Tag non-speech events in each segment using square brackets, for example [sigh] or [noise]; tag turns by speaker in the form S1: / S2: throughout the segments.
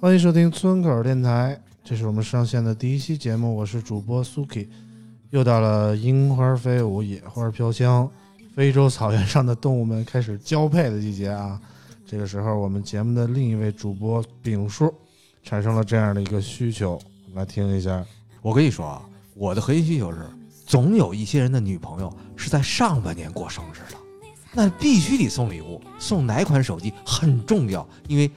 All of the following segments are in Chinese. S1: 欢迎收听村口电台，这是我们上线的第一期节目，我是主播 Suki。又到了樱花飞舞、野花飘香，非洲草原上的动物们开始交配的季节啊！这个时候，我们节目的另一位主播丙叔产生了这样的一个需求，我们来听一下。
S2: 我跟你说啊，我的核心需求是，总有一些人的女朋友是在上半年过生日的，那必须得送礼物，送哪款手机很重要，因为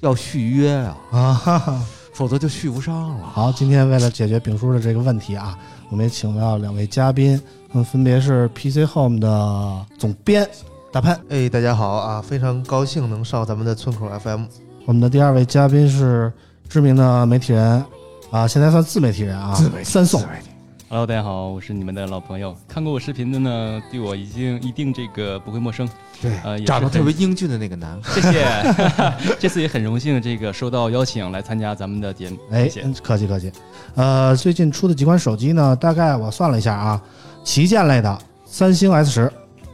S2: 要续约啊，
S1: 啊，哈哈，
S2: 否则就续不上
S3: 啊
S2: 了。
S1: 好，今天为了解决丙叔的这个问题啊，我们也请到两位嘉宾，他们分别是 PC Home 的总编大潘，
S4: 哎，大家好啊！非常高兴能上咱们的村口 FM。
S1: 我们的第二位嘉宾是知名的媒体人啊，现在算自媒体人啊，三宋
S2: 自。媒体
S3: Hello，大家好，我是你们的老朋友。看过我视频的呢，对我已经一定这个不会陌生。
S2: 对
S3: 呃，也
S2: 长得
S3: 是
S2: 特
S3: 很
S2: 别英俊的那个男孩，
S3: 谢谢。 [laughs] 这次也很荣幸，这个收到邀请来参加咱们的节目。
S1: 哎
S3: 谢
S2: 嗯
S3: 谢，
S1: 客气客气。呃，最近出的几款手机呢，大概我算了一下啊，旗舰类的三星 S 十、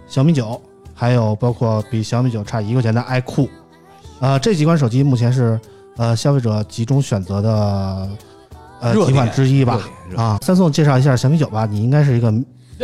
S1: 小米九，还有包括比小米九差一块钱的 iQOO，啊、这几款手机目前是呃消费者集中选择的呃
S2: 热点
S1: 几款之一吧
S2: 热点热。点
S1: 啊，三宋介绍一下小米九吧，你应该是一个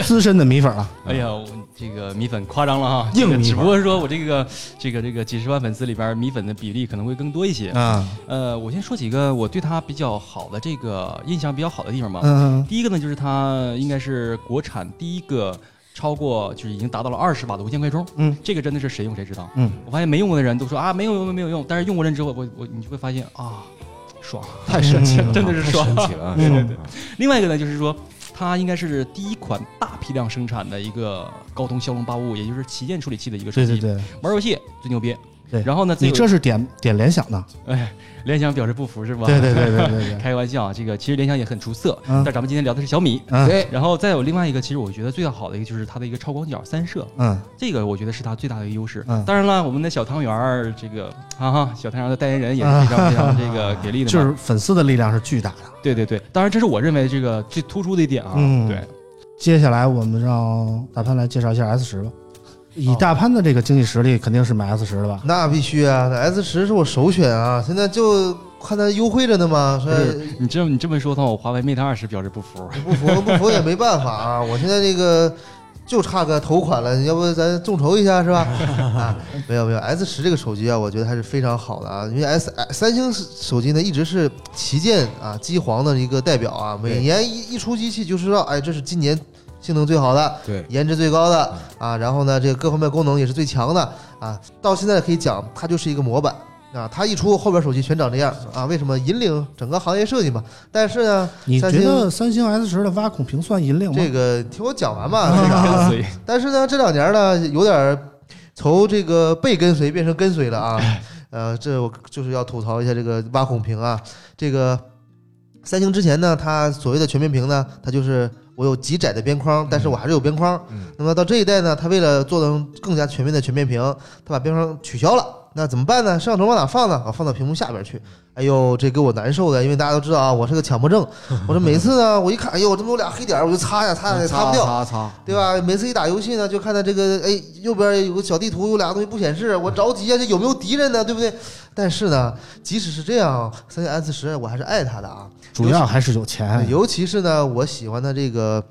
S1: 资深的米粉
S2: [laughs]
S1: 了。
S3: 哎呀，我这个米粉夸张了哈，
S2: 硬
S3: 这个
S2: 米粉
S3: 只不过说我这个这个这个几十万粉丝里边，米粉的比例可能会更多一
S2: 嗯
S3: 些。
S1: 啊，
S3: 呃，我先说几个我对他比较好的这个印象比较好的地方吧。
S1: 嗯，
S3: 第一个呢，就是它应该是国产第一个超过就是已经达到了二十瓦的无线快充。
S1: 嗯，
S3: 这个真的是谁用谁知道。
S1: 嗯，
S3: 我发现没用过的人都说啊没有用没有用，但是用过人之后，我我你就会发现啊，爽。
S2: 太神奇了，
S3: [laughs] 真的是嗯
S2: 太
S3: 爽
S2: 神奇
S3: [laughs]
S2: 了。嗯
S1: 对对
S2: 对，
S3: 另外一个呢，就是说它应该是第一款大批量生产的一个高通骁龙八五五，也就是旗舰处理器的一个手
S1: 对
S3: 机。
S1: 对对，
S3: 玩游戏最牛逼。
S1: 对
S3: 然后呢，
S1: 你
S3: 有
S1: 这是点点联想的，
S3: [laughs] 哎，联想表示不服是吧？
S1: 对对对对
S4: [laughs]
S1: 对对，
S3: 开玩笑啊，这个其实联想也很出色，
S1: 嗯
S3: 但咱们今天聊的是小米。
S1: 嗯
S2: 对
S3: 然后再有另外一个，其实我觉得最好的一个就是它的一个超广角三摄，
S1: 嗯
S3: 这个我觉得是它最大的一个优势。
S1: 嗯
S3: 当然了，我们的小汤圆儿，这个哈哈，小汤圆儿的代言人也是非常非常这个给力的
S1: [laughs]
S3: 嘛。
S1: 就是粉丝的力量是巨大的。
S3: 对对对，当然这是我认为这个最突出的一点啊。
S1: 嗯
S3: 对，
S1: 接下来我们让大潘来介绍一下 S 十吧。以大潘的这个经济实力，肯定是买 S 十的吧？
S4: 那必须啊！那 S 十是我首选啊！现在就看它优惠着呢嘛，
S3: 不
S1: 呃
S3: 是
S4: 是
S3: 你这你这么说的话，我华为 Mate 二十表示不
S1: [laughs]
S3: 服。
S4: 不服不服也没办法啊！我现在这个就差个头款了，要不咱众筹一下是吧？啊，没有没有，S 十这个手机啊，我觉得还是非常好的啊，因为 S 三星手机呢一直是旗舰啊机皇的一个代表啊，每
S2: 对
S4: 年一一出机器就知道，哎，这是今年性能最好的，
S2: 对嗯
S4: 颜值最高的啊，然后呢，这个各方面功能也是最强的啊。到现在可以讲，它就是一个模板啊。它一出，后边手机全长这样啊。为什么引领整个行业设计嘛？但是呢，
S1: 你觉
S4: 嗯三
S1: 得
S4: 星
S1: 三星 S 十的挖孔屏算引领吗？
S4: 这个听我讲完嘛，
S3: 跟
S4: 是吧？
S3: 随
S4: 但是呢，这两年呢，有点儿从这个被跟随变成跟随了啊。
S2: 哎
S4: 呃，这我就是要吐槽一下这个挖孔屏啊，这个三星之前呢，它所谓的全面屏呢，它就是我有极窄的边框，但是我还是有边框。
S2: 嗯
S4: 那么到这一代呢，它为了做成更加全面的全面屏，它把边框取消了。那怎么办呢？摄像头往哪放呢？啊，放到屏幕下边去。哎呦，这给我难受的，因为大家都知道啊，我是个强迫症。我这每次呢，我一看，哎呦，这么多俩黑点儿，我就擦呀擦呀，也擦不掉。
S2: 嗯擦擦，
S4: 对吧？每次一打游戏呢，就看到这个，哎，右边有个小地图，有俩东西不显示，我着急啊，这有没有敌人呢？对不对？但是呢，即使是这样，三星 S 十我还是爱它的啊，
S1: 主要还是有钱。
S4: 尤其是呢，我喜欢它这个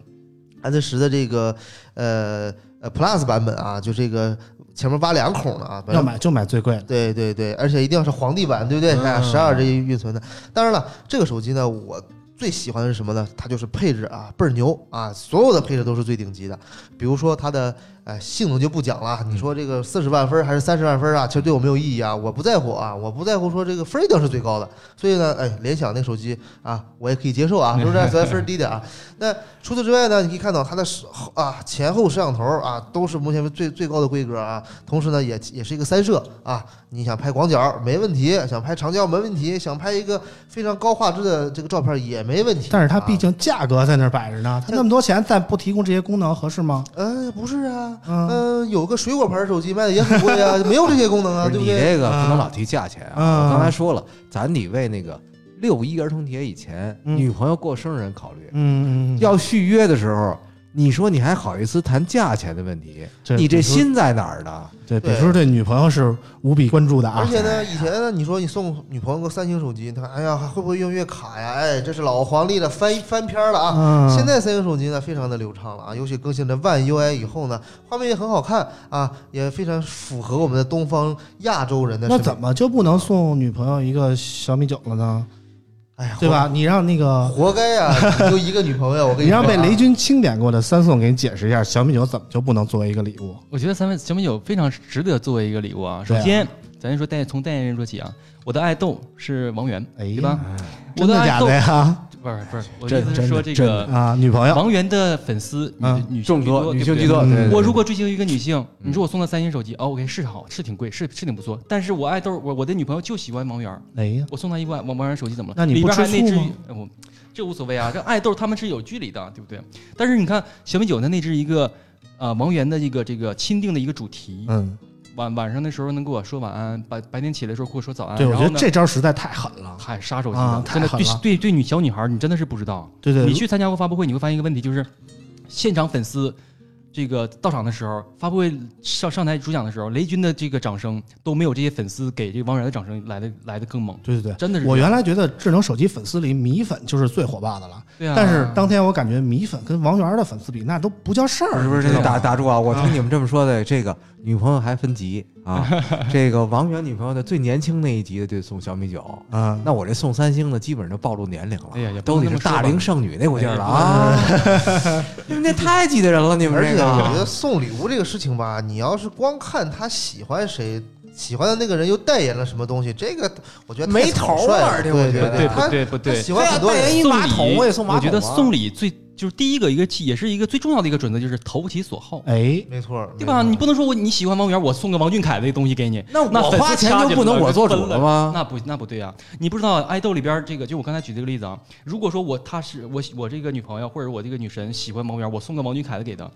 S4: S 十的这个呃呃 Plus 版本啊，就这个前面挖两孔的啊，
S1: 要买就买最贵的。
S4: 对对对，而且一定要是皇帝版，对不对？
S2: 嗯
S4: 哎，十二这运存的。当然了，这个手机呢，我最喜欢的是什么呢？它就是配置啊，倍儿牛啊，所有的配置都是最顶级的。比如说它的呃性能就不讲
S1: 嗯
S4: 了，你说这个四十万分儿还是三十万分儿啊，其实对我没有意义啊，我不在乎啊，我不在乎说这个分儿一定是最高的。所以呢，哎，联想那手机啊，我也可以接受啊，是
S1: [laughs]
S4: 不是？虽然分儿低点儿啊。那除此之外呢，你可以看到它的摄啊前后摄像头啊都是目前为止最最高的规格啊，同时呢也也是一个三摄啊，你想拍广角没问题，想拍长焦没问题，想拍一个非常高画质的这个照片也没问题。
S1: 但是它
S4: 啊
S1: 毕竟价格在那儿摆着呢，它那么多钱，再不提供这些功能合适吗？
S4: 呃，不是啊，
S1: 嗯
S4: 呃，有个水果牌手机卖的也很贵
S1: [laughs]
S4: 啊，没有这些功能啊，
S2: 不是
S4: 对不
S2: 你
S4: 对？
S2: 这个不
S3: 嗯
S1: 啊
S2: 能老提价钱啊！
S1: 啊
S2: 我刚才说了，咱得为那个六一儿童节以前
S1: 嗯
S2: 女朋友过生日人考虑。
S1: 嗯，
S2: 要续约的时候，你说你还好意思谈价钱的问题？你这
S5: 比叔
S2: 心在哪儿呢？
S5: 对
S4: 对
S5: 比叔对女朋友是无比关注的啊
S4: 而，且呢，以前呢，你说你送女朋友个三星手机，她哎呀会不会用月卡呀？哎，这是老黄历了，翻翻篇儿了啊。
S1: 嗯
S4: 现在三星手机呢，非常的流畅了啊，尤其更新了 One UI 以后呢，画面也很好看啊，也非常符合我们的东方亚洲人的审
S1: 那
S4: 美。
S1: 怎么就不能送女朋友一个小米九了
S3: [laughs]
S1: 呢？
S4: 哎呀，
S1: 对吧？你让那
S4: 活？
S1: 个，
S4: 活该呀、你就一个女朋友，我跟
S1: 你
S4: 说、啊。
S1: 让被雷军清点过的三宋给你解释一下，小米九怎么就不能作为一个礼物？
S3: 我觉得咱们小米酒非常值得作为一个礼物啊。首
S1: 对啊
S3: 先，咱就说代从代言人说起啊，我的爱豆是王源，
S1: 哎呀
S3: 对吧？我
S1: 真的
S3: 爱
S1: 假
S3: 豆
S1: 的 [laughs] 呀？
S3: 不是不是，我的
S2: 真
S3: 意
S2: 的
S3: 思是说
S2: 真
S3: 这
S2: 的
S3: 个
S1: 啊，女朋友，
S3: 王源的粉丝
S1: 嗯
S3: 女女性
S2: 众
S3: 居
S2: 多，女性居
S3: 对不对
S2: 多。
S1: 嗯
S2: 对对对
S3: 我如果追求一个女性，
S2: 嗯
S3: 你说我送她三星手机，OK 是好，是挺贵，是是挺不错。但是我爱豆，我我的女朋友就喜欢王源儿，
S1: 哎呀，
S3: 我送她一款王王源儿手机怎么了？
S1: 那你
S3: 里
S1: 不
S3: 边
S1: 吃
S3: 还那
S1: 醋
S3: 只
S1: 吗
S3: 哎我这无所谓啊，这爱豆他们是有距离的，对不对？但是你看小米酒的那只一个呃王源的一个这个钦定的一个主题，
S1: 嗯，
S3: 晚晚上的时候能跟我说晚安，白白天起来的时候跟我说早安。
S1: 对，我
S3: 啊然
S1: 觉
S3: 后
S1: 得
S3: 呢
S1: 这招实在太狠了。
S3: 太杀手级
S1: 啊
S3: 的，
S1: 太
S3: 真的
S1: 狠
S3: 对
S1: 了
S3: 对对女小女孩，你真的是不知道。
S1: 对对，
S3: 你去参加过发布会，你会发现一个问题，就是现场粉丝这个到场的时候，发布会上上台主讲的时候，雷军的这个掌声都没有这些粉丝给这个王源的掌声来的来的更猛，
S1: 对对对。
S3: 真的是这样。
S1: 我原来觉得智能手机粉丝里米粉就是最火爆的了，
S3: 对啊，
S1: 但是当天我感觉米粉跟王源的粉丝比，那都不叫事
S2: 不
S1: 儿，
S2: 是不是，
S1: 你知道
S2: 打
S1: 吗
S2: 打住啊！我听你们这么说的，这个女朋友还分级 [laughs] 啊。这个王源女朋友的最年轻那一级的就送小米九，
S1: 啊，
S2: 那我这送三星的基本上就暴露年龄了，
S3: 哎呀也不
S2: 都
S3: 能
S2: 得
S3: 这
S2: 是
S3: 么说吧
S2: 大龄剩女那股劲儿了啊！ [laughs] 你们这太挤兑人了，你们
S4: 而
S2: 这
S4: 且
S2: 个
S4: 我觉得送礼物这个事情吧，你要是光看他喜欢谁，喜欢的那个人又代言了什么东西，这个我觉得太
S2: 没头
S4: 草率
S2: 儿
S4: 了
S2: 这
S4: 对
S2: 我觉得
S3: 对
S4: 对，他
S3: 不对不
S4: 他
S3: 对？
S4: 喜欢很多
S2: 非要代
S4: 人
S2: 言。一
S3: 送
S2: 马桶
S3: 礼
S2: 我也送马
S3: 我觉得
S2: 桶啊
S3: 送礼最就是第一个一个气，也是一个最重要的一个准则，就是投其所好。
S1: 哎，
S4: 没错儿，
S3: 对吧？
S4: 没错儿
S3: 你不能说我你喜欢王源，我送个王俊凯的东西给你，
S2: 那
S3: 那
S2: 我
S3: 粉丝
S2: 花钱就
S3: 掐起来
S2: 不能我做主
S3: 分
S2: 了
S1: 哦
S2: 吗？
S3: 那不那不对啊！你不知道爱豆里边儿这个，就我刚才举这个例子啊。如果说我她是我我这个女朋友或者我这个女神喜欢王源，我送个王俊凯的给她，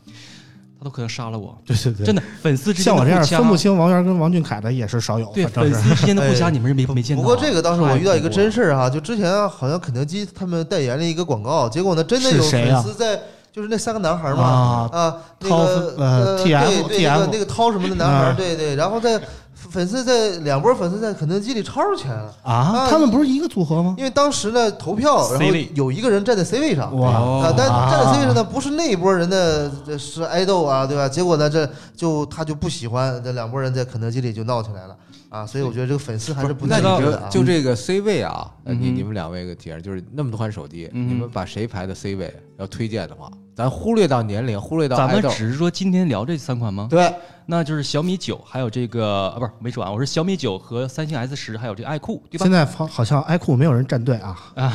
S3: 她都可能杀了我。
S1: 对对对，
S3: 真的，粉丝之间
S1: 像我
S3: 的
S1: 这样
S3: 互掐
S1: 分不清王源跟王俊凯的也是少有，
S3: 对
S1: 反
S3: 粉
S1: 正
S3: 丝
S1: 是
S3: 之间的互掐，
S4: 哎
S3: 你们是没没见到
S4: 不
S3: 啊。
S4: 过这个当时
S3: 太
S4: 我遇到一个
S3: 多
S4: 真
S3: 了，
S4: 事儿哈，就之前好像肯德基他们代言了一个广告，结果呢真的
S1: 是
S4: 有
S1: 谁
S4: 粉
S1: 啊
S4: 丝在。就是那三个男孩儿嘛，
S1: 啊
S4: 啊，那
S1: 涛
S4: 个
S1: 呃
S4: 呃，
S1: TF
S4: 对对，那个
S1: TF
S4: 那个涛什么的男孩
S1: 啊
S4: 儿，对对，然后在粉丝在两波粉丝在肯德基里超着钱了，
S1: 啊，他们不是一个组合吗？
S4: 因为当时呢投票，然后
S3: C 位
S4: 有一个人站在 C 位上，
S1: 哇
S4: 啊，但
S1: 啊
S4: 站在 C 位上呢，不是那一波人的呃是爱豆啊，对吧？结果呢，这就他就不喜欢，这两拨人在肯德基里就闹起来了啊，所以我觉得这个粉丝还是不
S2: 那
S4: 太
S2: 你
S4: 理
S2: 觉
S4: 解的
S2: 得
S4: 啊。
S2: 就这个 C 位啊，呃你
S3: 嗯哼
S2: 你们两位个解释，就是那么多款手机，
S3: 嗯
S2: 你们把谁排的 C 位要推荐的话，咱忽略到年龄，忽略到
S3: 咱
S2: 爱
S3: 们
S2: 豆，
S3: 只是说今天聊这三款吗？
S2: 对，
S3: 那就是小米九，还有这个啊，不是没说完，我是小米九和三星 S 十，还有这个爱酷，对吧
S1: 现？在好好像 iQOO 没有人站队啊，
S4: 爱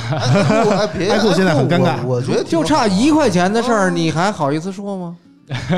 S4: 酷哎别
S1: 爱酷现在很尴尬
S4: 我我觉得挺
S2: 就差一块钱的事儿，你还好意思说吗？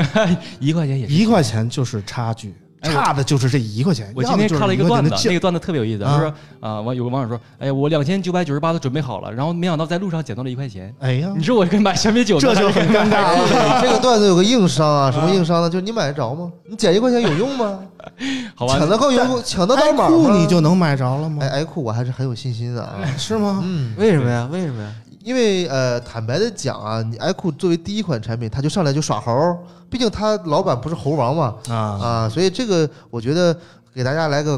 S3: [laughs] 一块钱也是
S1: 一块钱就是差距，
S3: 哎我
S1: 差的就是这一块钱。
S3: 我今天看了一个
S1: 要的就是你
S3: 段子
S1: 的，
S3: 那
S1: 劲
S3: 个段子特别有意思，
S1: 啊
S3: 就是啊，网有个网友说，哎呀，我两千九百九十八都准备好了，然后没想到在路上捡到了一块钱。
S1: 哎呀
S3: 你，说我跟买小米酒，
S1: 这就很尴尬了。
S4: 哎 [laughs] 这个段子有个硬伤啊，什么硬伤呢？就是你买得着吗？你捡一块钱有用吗？
S3: [laughs] 好吧
S4: 抢？得到用户，抢得到码
S1: iQOO
S4: 吗？
S1: 你就能买着了吗
S4: 哎？爱酷，我还是很有信心的啊。
S3: 哎
S1: 是吗？
S4: 嗯，
S2: 为什么呀？为什么呀？
S4: 因为呃，坦白的讲啊，你 iQOO 作为第一款产品，它就上来就耍猴儿，毕竟它老板不是猴王嘛，
S1: 啊，
S4: 啊，所以这个我觉得给大家来个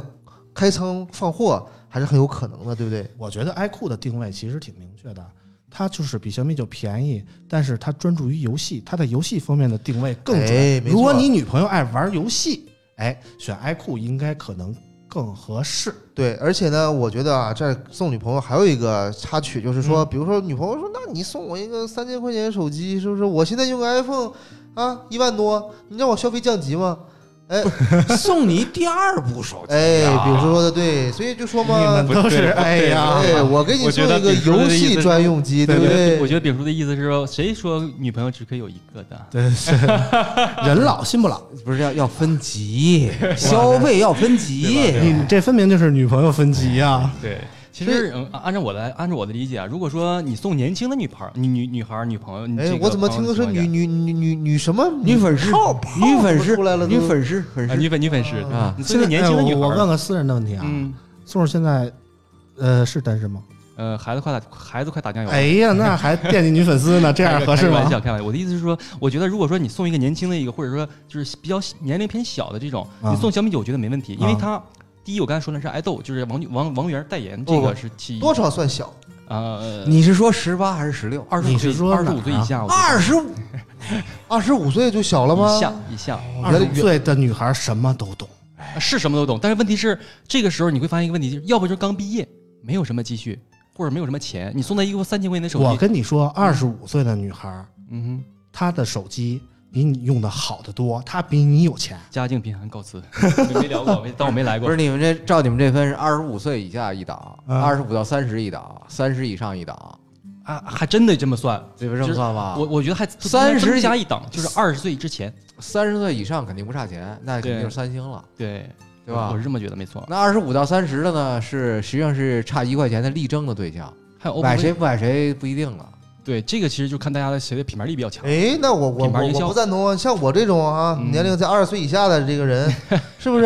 S4: 开仓放货还是很有可能的，对不对？
S1: 我觉得 iQOO 的定位其实挺明确的。它就是比小米九便宜，但是它专注于游戏，它在游戏方面的定位更准。
S4: 哎没错
S1: 如果你女朋友爱玩游戏，哎，选 iQOO 应该可能
S6: 更合适。
S4: 对，而且呢，我觉得啊，这儿送女朋友还有一个插曲，就是
S3: 嗯
S4: 说，比如说女朋友说，那你送我一个三千块钱的手机，是不是？我现在用个 iPhone 啊，一万多，你让我消费降级吗？哎
S2: 送你第二部手机、啊，
S4: 哎，比如说的对，所以就说
S1: 你
S4: 嘛
S1: 们，都是
S3: 不对不
S1: 哎
S3: 对
S1: 呀，
S4: 哎，我给你
S3: 我
S4: 送
S3: 觉得
S4: 一个
S3: 比如说的
S4: 游
S3: 意思
S4: 戏
S3: 是
S4: 专用机，对
S3: 我
S4: 不
S3: 觉得
S4: 对？
S3: 我觉得丙叔的意思是说，谁说女朋友只可以有一个的？
S1: 对，是
S6: 人老心不老，
S2: 不是要要分级，消费要分级。
S1: 你这分明就是女朋友分级啊哎呀、
S3: 对，其实嗯，按照我来，按照我的理解啊，如果说你送年轻的女孩儿、女女女孩儿、女朋友，你这
S4: 哎
S3: 个，
S4: 我怎么听
S3: 朋
S4: 的
S3: 友
S4: 是
S3: 情况
S4: 女
S3: 下
S4: 女女女女什么
S2: 女粉丝
S4: 泡泡，
S2: 女粉
S4: 出来了
S2: 丝，
S4: 都，
S2: 女粉丝，粉
S3: 啊
S2: 丝
S3: 女粉女粉丝
S2: 啊
S1: 呃
S3: 你
S6: 现
S3: 送
S6: 在
S3: 个年轻的
S6: 哎
S3: 女
S6: 我我
S3: 孩
S6: 问
S3: 儿，
S6: 个私人的问题啊，
S3: 嗯，
S6: 宋儿现在呃是单身吗？
S3: 呃，孩子快打孩子快打酱油了，
S1: 哎呀，那还惦记女粉丝
S3: [laughs]
S1: 呢，这样
S3: 开个
S1: 合适
S3: 开个玩
S1: 吗？
S3: 笑，开玩笑。我的意思是说，我觉得如果说你送一个年轻的一个，或者说就是比较年龄偏小的这种，
S1: 啊
S3: 你送小米九，我觉得没问题，因为
S1: 啊
S3: 它第一，我刚才说的是爱豆，就是王王王源代言，这个是其一。
S4: 多少算小？
S3: 呃，
S2: 你是说十八还是十六？
S3: 二十
S1: 你
S3: 五
S1: 是
S3: 岁
S1: 说
S3: 二十
S1: 哪
S3: 五
S1: 儿
S3: 岁
S1: 啊
S3: 以下，我觉
S2: 二十五，
S4: 二十五岁就小了
S3: 得
S4: 吗
S3: 以？下以下
S1: 二
S4: 原来
S1: 十岁的女孩什么都懂，
S3: 是什么都懂，但是问题是，这个时候你会发现一个问题，就是要不就是刚毕业，没有什么积蓄，或者没有什么钱，你送她一个三千块钱的手
S1: 我
S3: 机，
S1: 跟你说，二十五岁的女孩，
S3: 嗯哼，
S1: 她的手机比你用的好得多，她比你有钱。
S3: 家境贫寒告辞， [laughs] 没没聊过，没当我没来
S2: 不
S3: 过
S2: 是。你们这照你们这分是二十五岁以下一档，
S1: 啊
S2: 二十五到三十一档，三十以上一档，
S3: 啊，还真得这么算，
S2: 这不这么算吧
S3: 我？我觉得还
S2: 30
S3: 增加一档，就是二十岁之前，
S2: 三十岁以上肯定不差钱，那肯定
S3: 对
S2: 就是三星了，
S3: 对
S2: 对吧
S3: 我是？这么觉得，没错。
S2: 那二十五到三十的呢，是实际上是差一块钱的力争的对象，
S3: 还有 OPPO，
S2: 买谁不买谁不一定了。
S3: 对这个其实就看大家的谁的品牌力比较强。
S4: 哎，那我我
S3: 品牌
S4: 我
S3: 营销
S4: 我不赞同啊！像我这种啊，
S3: 嗯
S4: 年龄在二十岁以下的这个 [laughs] 人，是不是？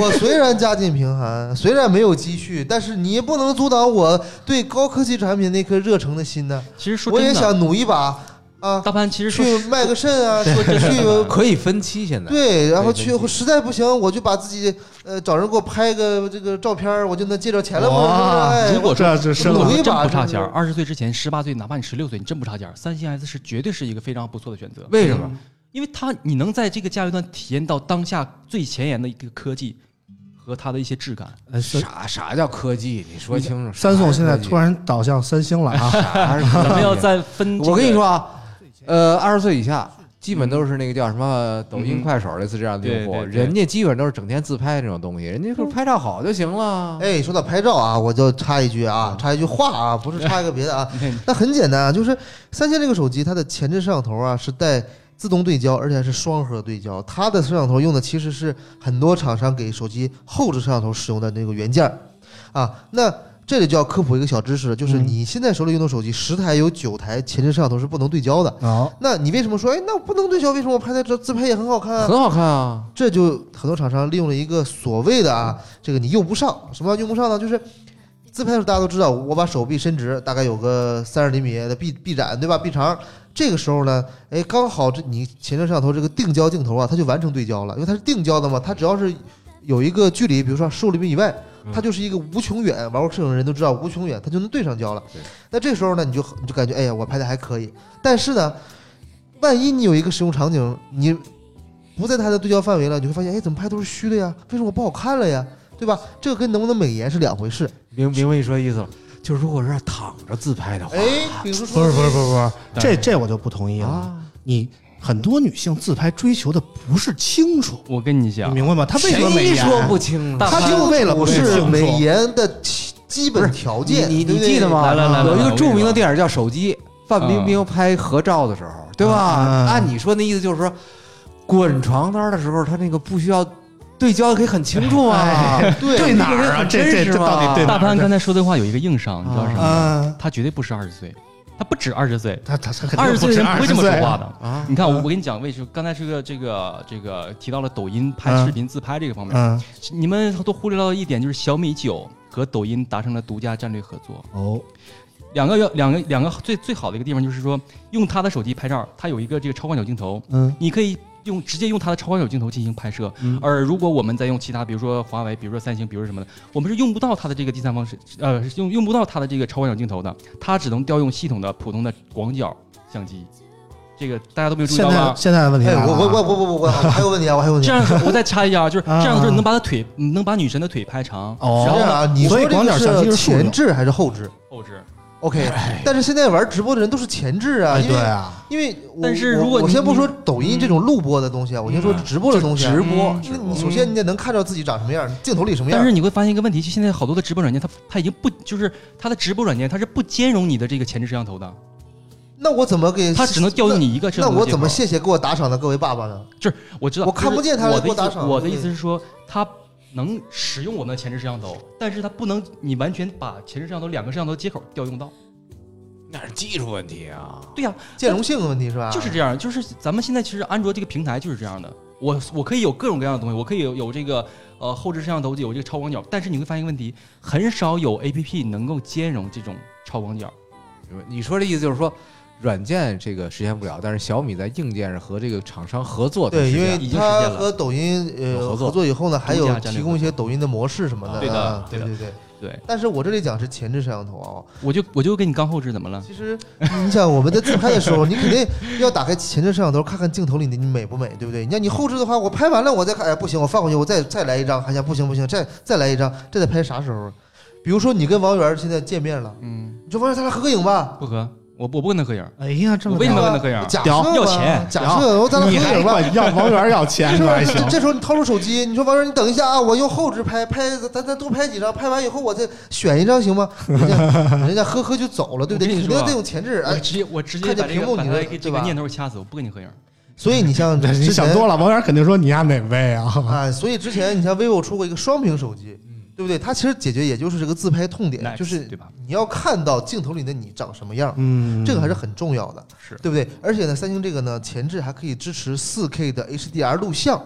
S4: 我虽然家境贫寒，虽然没有积蓄，但是你也不能阻挡我对高科技产品那颗热诚的心呢。
S3: 其实说
S4: 我
S3: 真
S4: 也
S3: 的，
S4: 想努一把啊，
S3: 大潘其实说
S4: 去卖个肾啊， [laughs]
S3: 说真
S4: 去
S3: 的，
S2: 可以分期现在。
S4: 对，然后
S2: 对
S4: 去
S2: 对
S4: 实在不行，我就把自己呃找人给我拍个这个照片儿，我就能借着钱了嘛。
S1: 哇
S4: 是不是哎
S3: 如果说
S1: 这是深
S3: 如
S1: 了
S3: 果
S4: 努一
S3: 说真
S4: 把
S3: 不差
S4: 是
S3: 钱，二十岁之前，十八岁，哪怕你十六岁，你真不差钱儿。三星 S 是绝对是一个非常不错的选择，
S2: 为什么？
S3: 因为它你能在这个价位段体验到当下最前沿的一个科技和它的一些
S1: [laughs]
S3: 质感。
S1: 呃，三
S2: 啥啥叫科技？你说清楚。
S1: 三宋现在突
S2: 然，
S1: 然倒向三星了啊！
S3: [laughs]
S2: 啥是科技
S3: 咱们要再分，
S2: 我跟你，说啊，呃，二十岁以下基本都是那个叫什么抖音、
S3: 嗯
S2: 快手类似这样的用户，
S3: 对对对
S2: 人家基本都是整天自拍这种东西，人家说拍照好就行了。
S4: 哎，说到拍照啊，我就插一句啊，插一句话啊，不是插一个别的啊。那很简单啊，就是三星这个手机，它的前置摄像头啊是带自动对焦，而且还是双核对焦。它的摄像头用的其实是很多厂商给手机后置摄像头使用的那个元件儿啊。那这里就要科普一个小知识了，就是
S1: 嗯
S4: 你现在手里用的手机，十台有九台前置摄像头是不能对焦的。
S1: 好，
S4: 那你为什么说，哎，那我不能对焦？为什么我拍的这自拍也很好看啊？
S2: 很好看啊，
S4: 这就很多厂商利用了一个所谓的啊，这个你用不上。什么叫用不上呢？就是自拍的时候大家都知道，我把手臂伸直，大概有个三十厘米的臂臂展，对吧？臂长。这个时候呢，哎，刚好这你前置摄像头这个定焦镜头啊，它就完成对焦了，因为它是定焦的嘛，它只要是有一个距离，比如说十五厘米以外，它就是一个无穷远。玩过摄影的人都知道，无穷远它就能对上焦了
S2: 对。
S4: 那这时候呢，你就你就感觉，哎呀，我拍的还可以。但是呢，万一你有一个使用场景，你不在它的对焦范围了，你会发现，哎，怎么拍都是虚的呀？为什么我不好看了呀？对吧？这个跟能不能美颜是两回事。
S2: 明明白你说的意思了。就是如果是躺着自拍的话，
S4: 哎，比如说
S1: 不是不是不是不是，这这我就不同意了。
S3: 哎
S2: 啊，
S1: 你很多女性自拍追求的不是清楚，
S3: 我跟你
S1: 你
S3: 讲，
S1: 明白吗？她为什么美
S2: 谁
S1: 颜？
S2: 说不清呢
S3: 大？
S4: 它
S3: 潘
S4: 就为了
S1: 不
S4: 是
S1: 清楚
S4: 美颜的基基本条件，
S2: 你
S4: 对
S2: 你
S4: 不对
S2: 记得吗？啊
S3: 来来来来
S2: 有一
S3: 来
S2: 个
S3: 我
S2: 著
S3: 跟你
S2: 名的
S3: 说
S2: 电影叫《手机》，范冰冰拍合照的时候，对吧？
S1: 啊
S2: 按你说那意思就是说，滚床单的时候，他那个不需要对焦，可以很清楚啊。
S4: 对
S1: 对哪
S2: 这
S1: 儿
S2: 个人
S1: 啊？
S2: 很
S1: 这
S2: 真
S1: 这
S2: 实
S1: 这到底
S2: 嘛
S1: 对哪
S3: 大
S1: 儿？
S3: 潘刚才说的话有一个硬伤，你知道是什么吗？
S1: 啊，
S3: 他绝对不是二十岁，他不止二十岁，
S1: 她她她肯定
S3: 二十
S1: 不
S3: 岁
S1: 是
S3: 的人
S1: 二
S3: 不会
S1: 十
S3: 这么说
S1: 岁
S3: 话的。
S2: 啊，
S3: 你看，我我跟你讲，为什么刚才这个这个这个提到了抖音拍
S1: 嗯
S3: 视频自拍这个方面，
S1: 嗯，
S3: 你们都忽略到一点，就是小米九和抖音达成了独家战略合作。
S1: 哦，
S3: 两个要两个两个最最好的一个地方就是说，用他的手机拍照，它有一个这个超广角镜头，
S1: 嗯，
S3: 你可以用直接用它的超广角镜头进行拍摄。
S1: 嗯
S3: 而如果我们再用其他，比如说华为，比如说三星，比如说什么的，我们是用不到它的这个第三方是呃是用用不到它的这个超广角镜头的，它只能调用系统的普通的广角相机。这个大家都没有注意
S1: 现
S3: 到
S1: 在
S3: 吧？
S1: 现在的问题来了
S4: 哎，
S1: 啊，
S4: 我我我我我我我还有问题啊，我还有问
S3: 这
S4: 题。
S3: 样的时候，我再插一下啊，就是
S1: 啊
S3: 这样的时候，你能把她腿，你能把女神的腿拍长，
S4: 这
S1: 哦，
S4: 样啊，你
S6: 所
S4: 说
S6: 以
S4: 这
S6: 广
S4: 个
S6: 角相机
S4: 是
S6: 是竖着
S4: 前置还是后置
S3: 后置。
S4: ？OK，但是现在玩直播的人都是前置啊，
S1: 哎
S4: 因
S1: 对
S4: 为
S1: 啊，
S4: 因为我
S3: 但是如果
S4: 我我
S3: 你
S4: 先不说抖音这种录播的东西啊，我先说直播的东西啊。
S2: 直播
S3: 嗯
S4: 那你首先你得能看到自己长什么样，镜头里什么样。
S3: 但是你会发现一个问题，就现在好多的直播软件，它它已经不就是它的直播软件，它是不兼容你的这个前置摄像头的，
S4: 那我怎么给
S3: 它只能调用你一个摄
S4: 呃那
S3: 像头
S4: 我
S3: 的接口。
S4: 怎么谢谢给我打赏的各位爸爸呢？
S3: 我知道，
S4: 我看不见他
S3: 就是
S4: 给我
S3: 我的
S4: 打
S3: 意思
S4: 赏
S3: 我的
S4: 对
S3: 意思是说，它能使用我们的前置摄像头，但是它不能你完全把前置摄像头两个摄像头接口调用到。
S2: 那是技术问题啊。
S3: 对呀、
S4: 兼容性的问题是吧？
S3: 就是这样，就是咱们现在其实安卓这个平台就是这样的。我我可以有各种各样的东西，我可以有有这个呃后置摄像头，有这个超广角，但是你会发现一个问题，很少有 A P P 能够兼容这种超广角。
S2: 你说这意思就是说，软件这个实现不了，但是小米在硬件上和这个厂商合作的
S4: 对，
S2: 实
S4: 因
S2: 现
S4: 为
S2: 了
S3: 已经实现
S4: 它
S3: 了
S4: 和抖音呃
S2: 有合作
S4: 合作以后呢，还
S3: 独
S4: 有
S3: 家战略
S4: 提供一些抖音的模式什么的。
S3: 对的
S4: 啊对
S3: 对的
S4: 对对。
S3: 对，
S4: 但是我这里讲是前置摄像头啊，
S3: 我就我就跟你刚后置怎么了？
S4: 其实你想我们在自拍的时候，你肯定要打开前置摄像头看看镜头里的你美不美，对不对？你看你后置的话，我拍完了我再看，哎不行，我放回去，我再再来一张，还想不行不行，再再来一张，这得拍啥时候？比如说你跟王源现在见面了，
S3: 嗯，
S4: 你说王源咱俩合个影吧，
S3: 不合，我不我不跟他合影，
S6: 哎呀，这
S3: 我
S6: 么
S3: 为什么
S6: 屌
S3: 要跟他合
S2: 啊
S3: 影？
S4: 假设吧
S3: 要钱
S4: 假设我咱俩合
S6: 你
S4: 个
S6: 还
S4: 影吧。
S6: 管要王源要钱
S4: 是
S6: 是
S4: 吧？
S6: 吧？哎
S4: 这
S6: 行
S4: 这时候你掏出手机，你说王源，你等一下啊，我用后置拍，拍咱咱多拍几张，拍完以后我再选一张行吗？人家人家呵呵就走了，对不对？
S3: 我跟
S4: 你
S3: 你
S4: 肯
S3: 说啊
S4: 定得用前置，
S3: 我
S4: 哎，
S3: 直接我直接
S4: 看见
S3: 把这
S4: 屏幕
S3: 个把
S4: 你
S3: 他
S4: 就对
S3: 这
S4: 吧
S3: 个念头掐死，我不跟你合影。
S4: 所以
S1: [laughs]
S4: 你像
S6: 你
S4: 之
S6: 想
S4: 前
S6: 多了，王源肯定说你丫哪位啊？
S4: 啊，所以之前你像 vivo 出过一个双屏手机，对不对？它其实解决也就是这个自拍痛点，
S3: Next，
S4: 就是
S3: 对吧
S4: 你要看到镜头里的你长什么样，
S6: 嗯，
S4: 这个还是很重要的，
S3: 是
S4: 对不对？而且呢，三星这个呢前置还可以支持 4K 的 HDR 录像。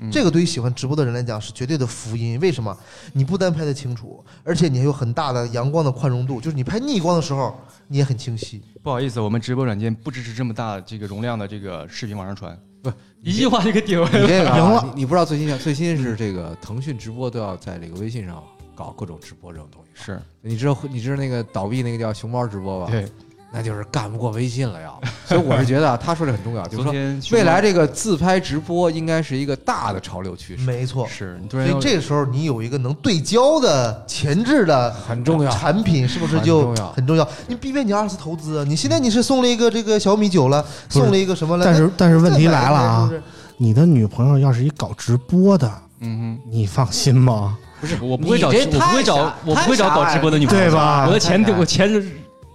S3: 嗯
S4: 这个对于喜欢直播的人来讲是绝对的福音。为什么？你不单拍得清楚，而且你还有很大的阳光的宽容度，就是你拍逆光的时候你也很清晰。
S3: 不好意思，我们直播软件不支持这么大这个容量的这个视频往上传。
S2: 不，
S3: 一句话就给顶
S4: 你这个啊
S2: 啊你你不知道最新消最新是这个腾讯直播都要在这个微信上搞各种直播这种东西。
S3: 是，
S2: 你知道你知道那个倒闭那个叫熊猫直播吧？
S3: 对，
S2: 那就是干不过微信了要。 [laughs] 所以我是觉得啊，他说这很重要，就是
S3: 昨
S2: 说
S3: 天
S2: 未来这个自拍直播应该是一个大的潮流趋势，
S4: 没错。
S3: 是你突
S4: 所
S3: 然
S4: 以这时候你有一个能对焦的前置的
S2: 很重要。
S4: 产品是不是
S2: 很
S4: 就
S2: 重要
S4: 很重要？你避免你二次投资啊！你现在你是送了一个这个小米九了，
S6: 不是
S4: 送了一个什么了？
S6: 但是但是
S4: 那
S6: 问题
S4: 再买
S6: 来了
S4: 一
S6: 啊
S4: 个，是
S6: 你的女朋友要是一搞直播的，
S3: 嗯哼，
S6: 你放心吗？
S3: 不是我不会找，
S2: 你
S3: 我
S2: 这太
S3: 不会找
S2: 傻，
S3: 我不会找搞直播的女朋友，
S6: 对吧
S3: 我的钱
S2: 太傻
S3: 我钱是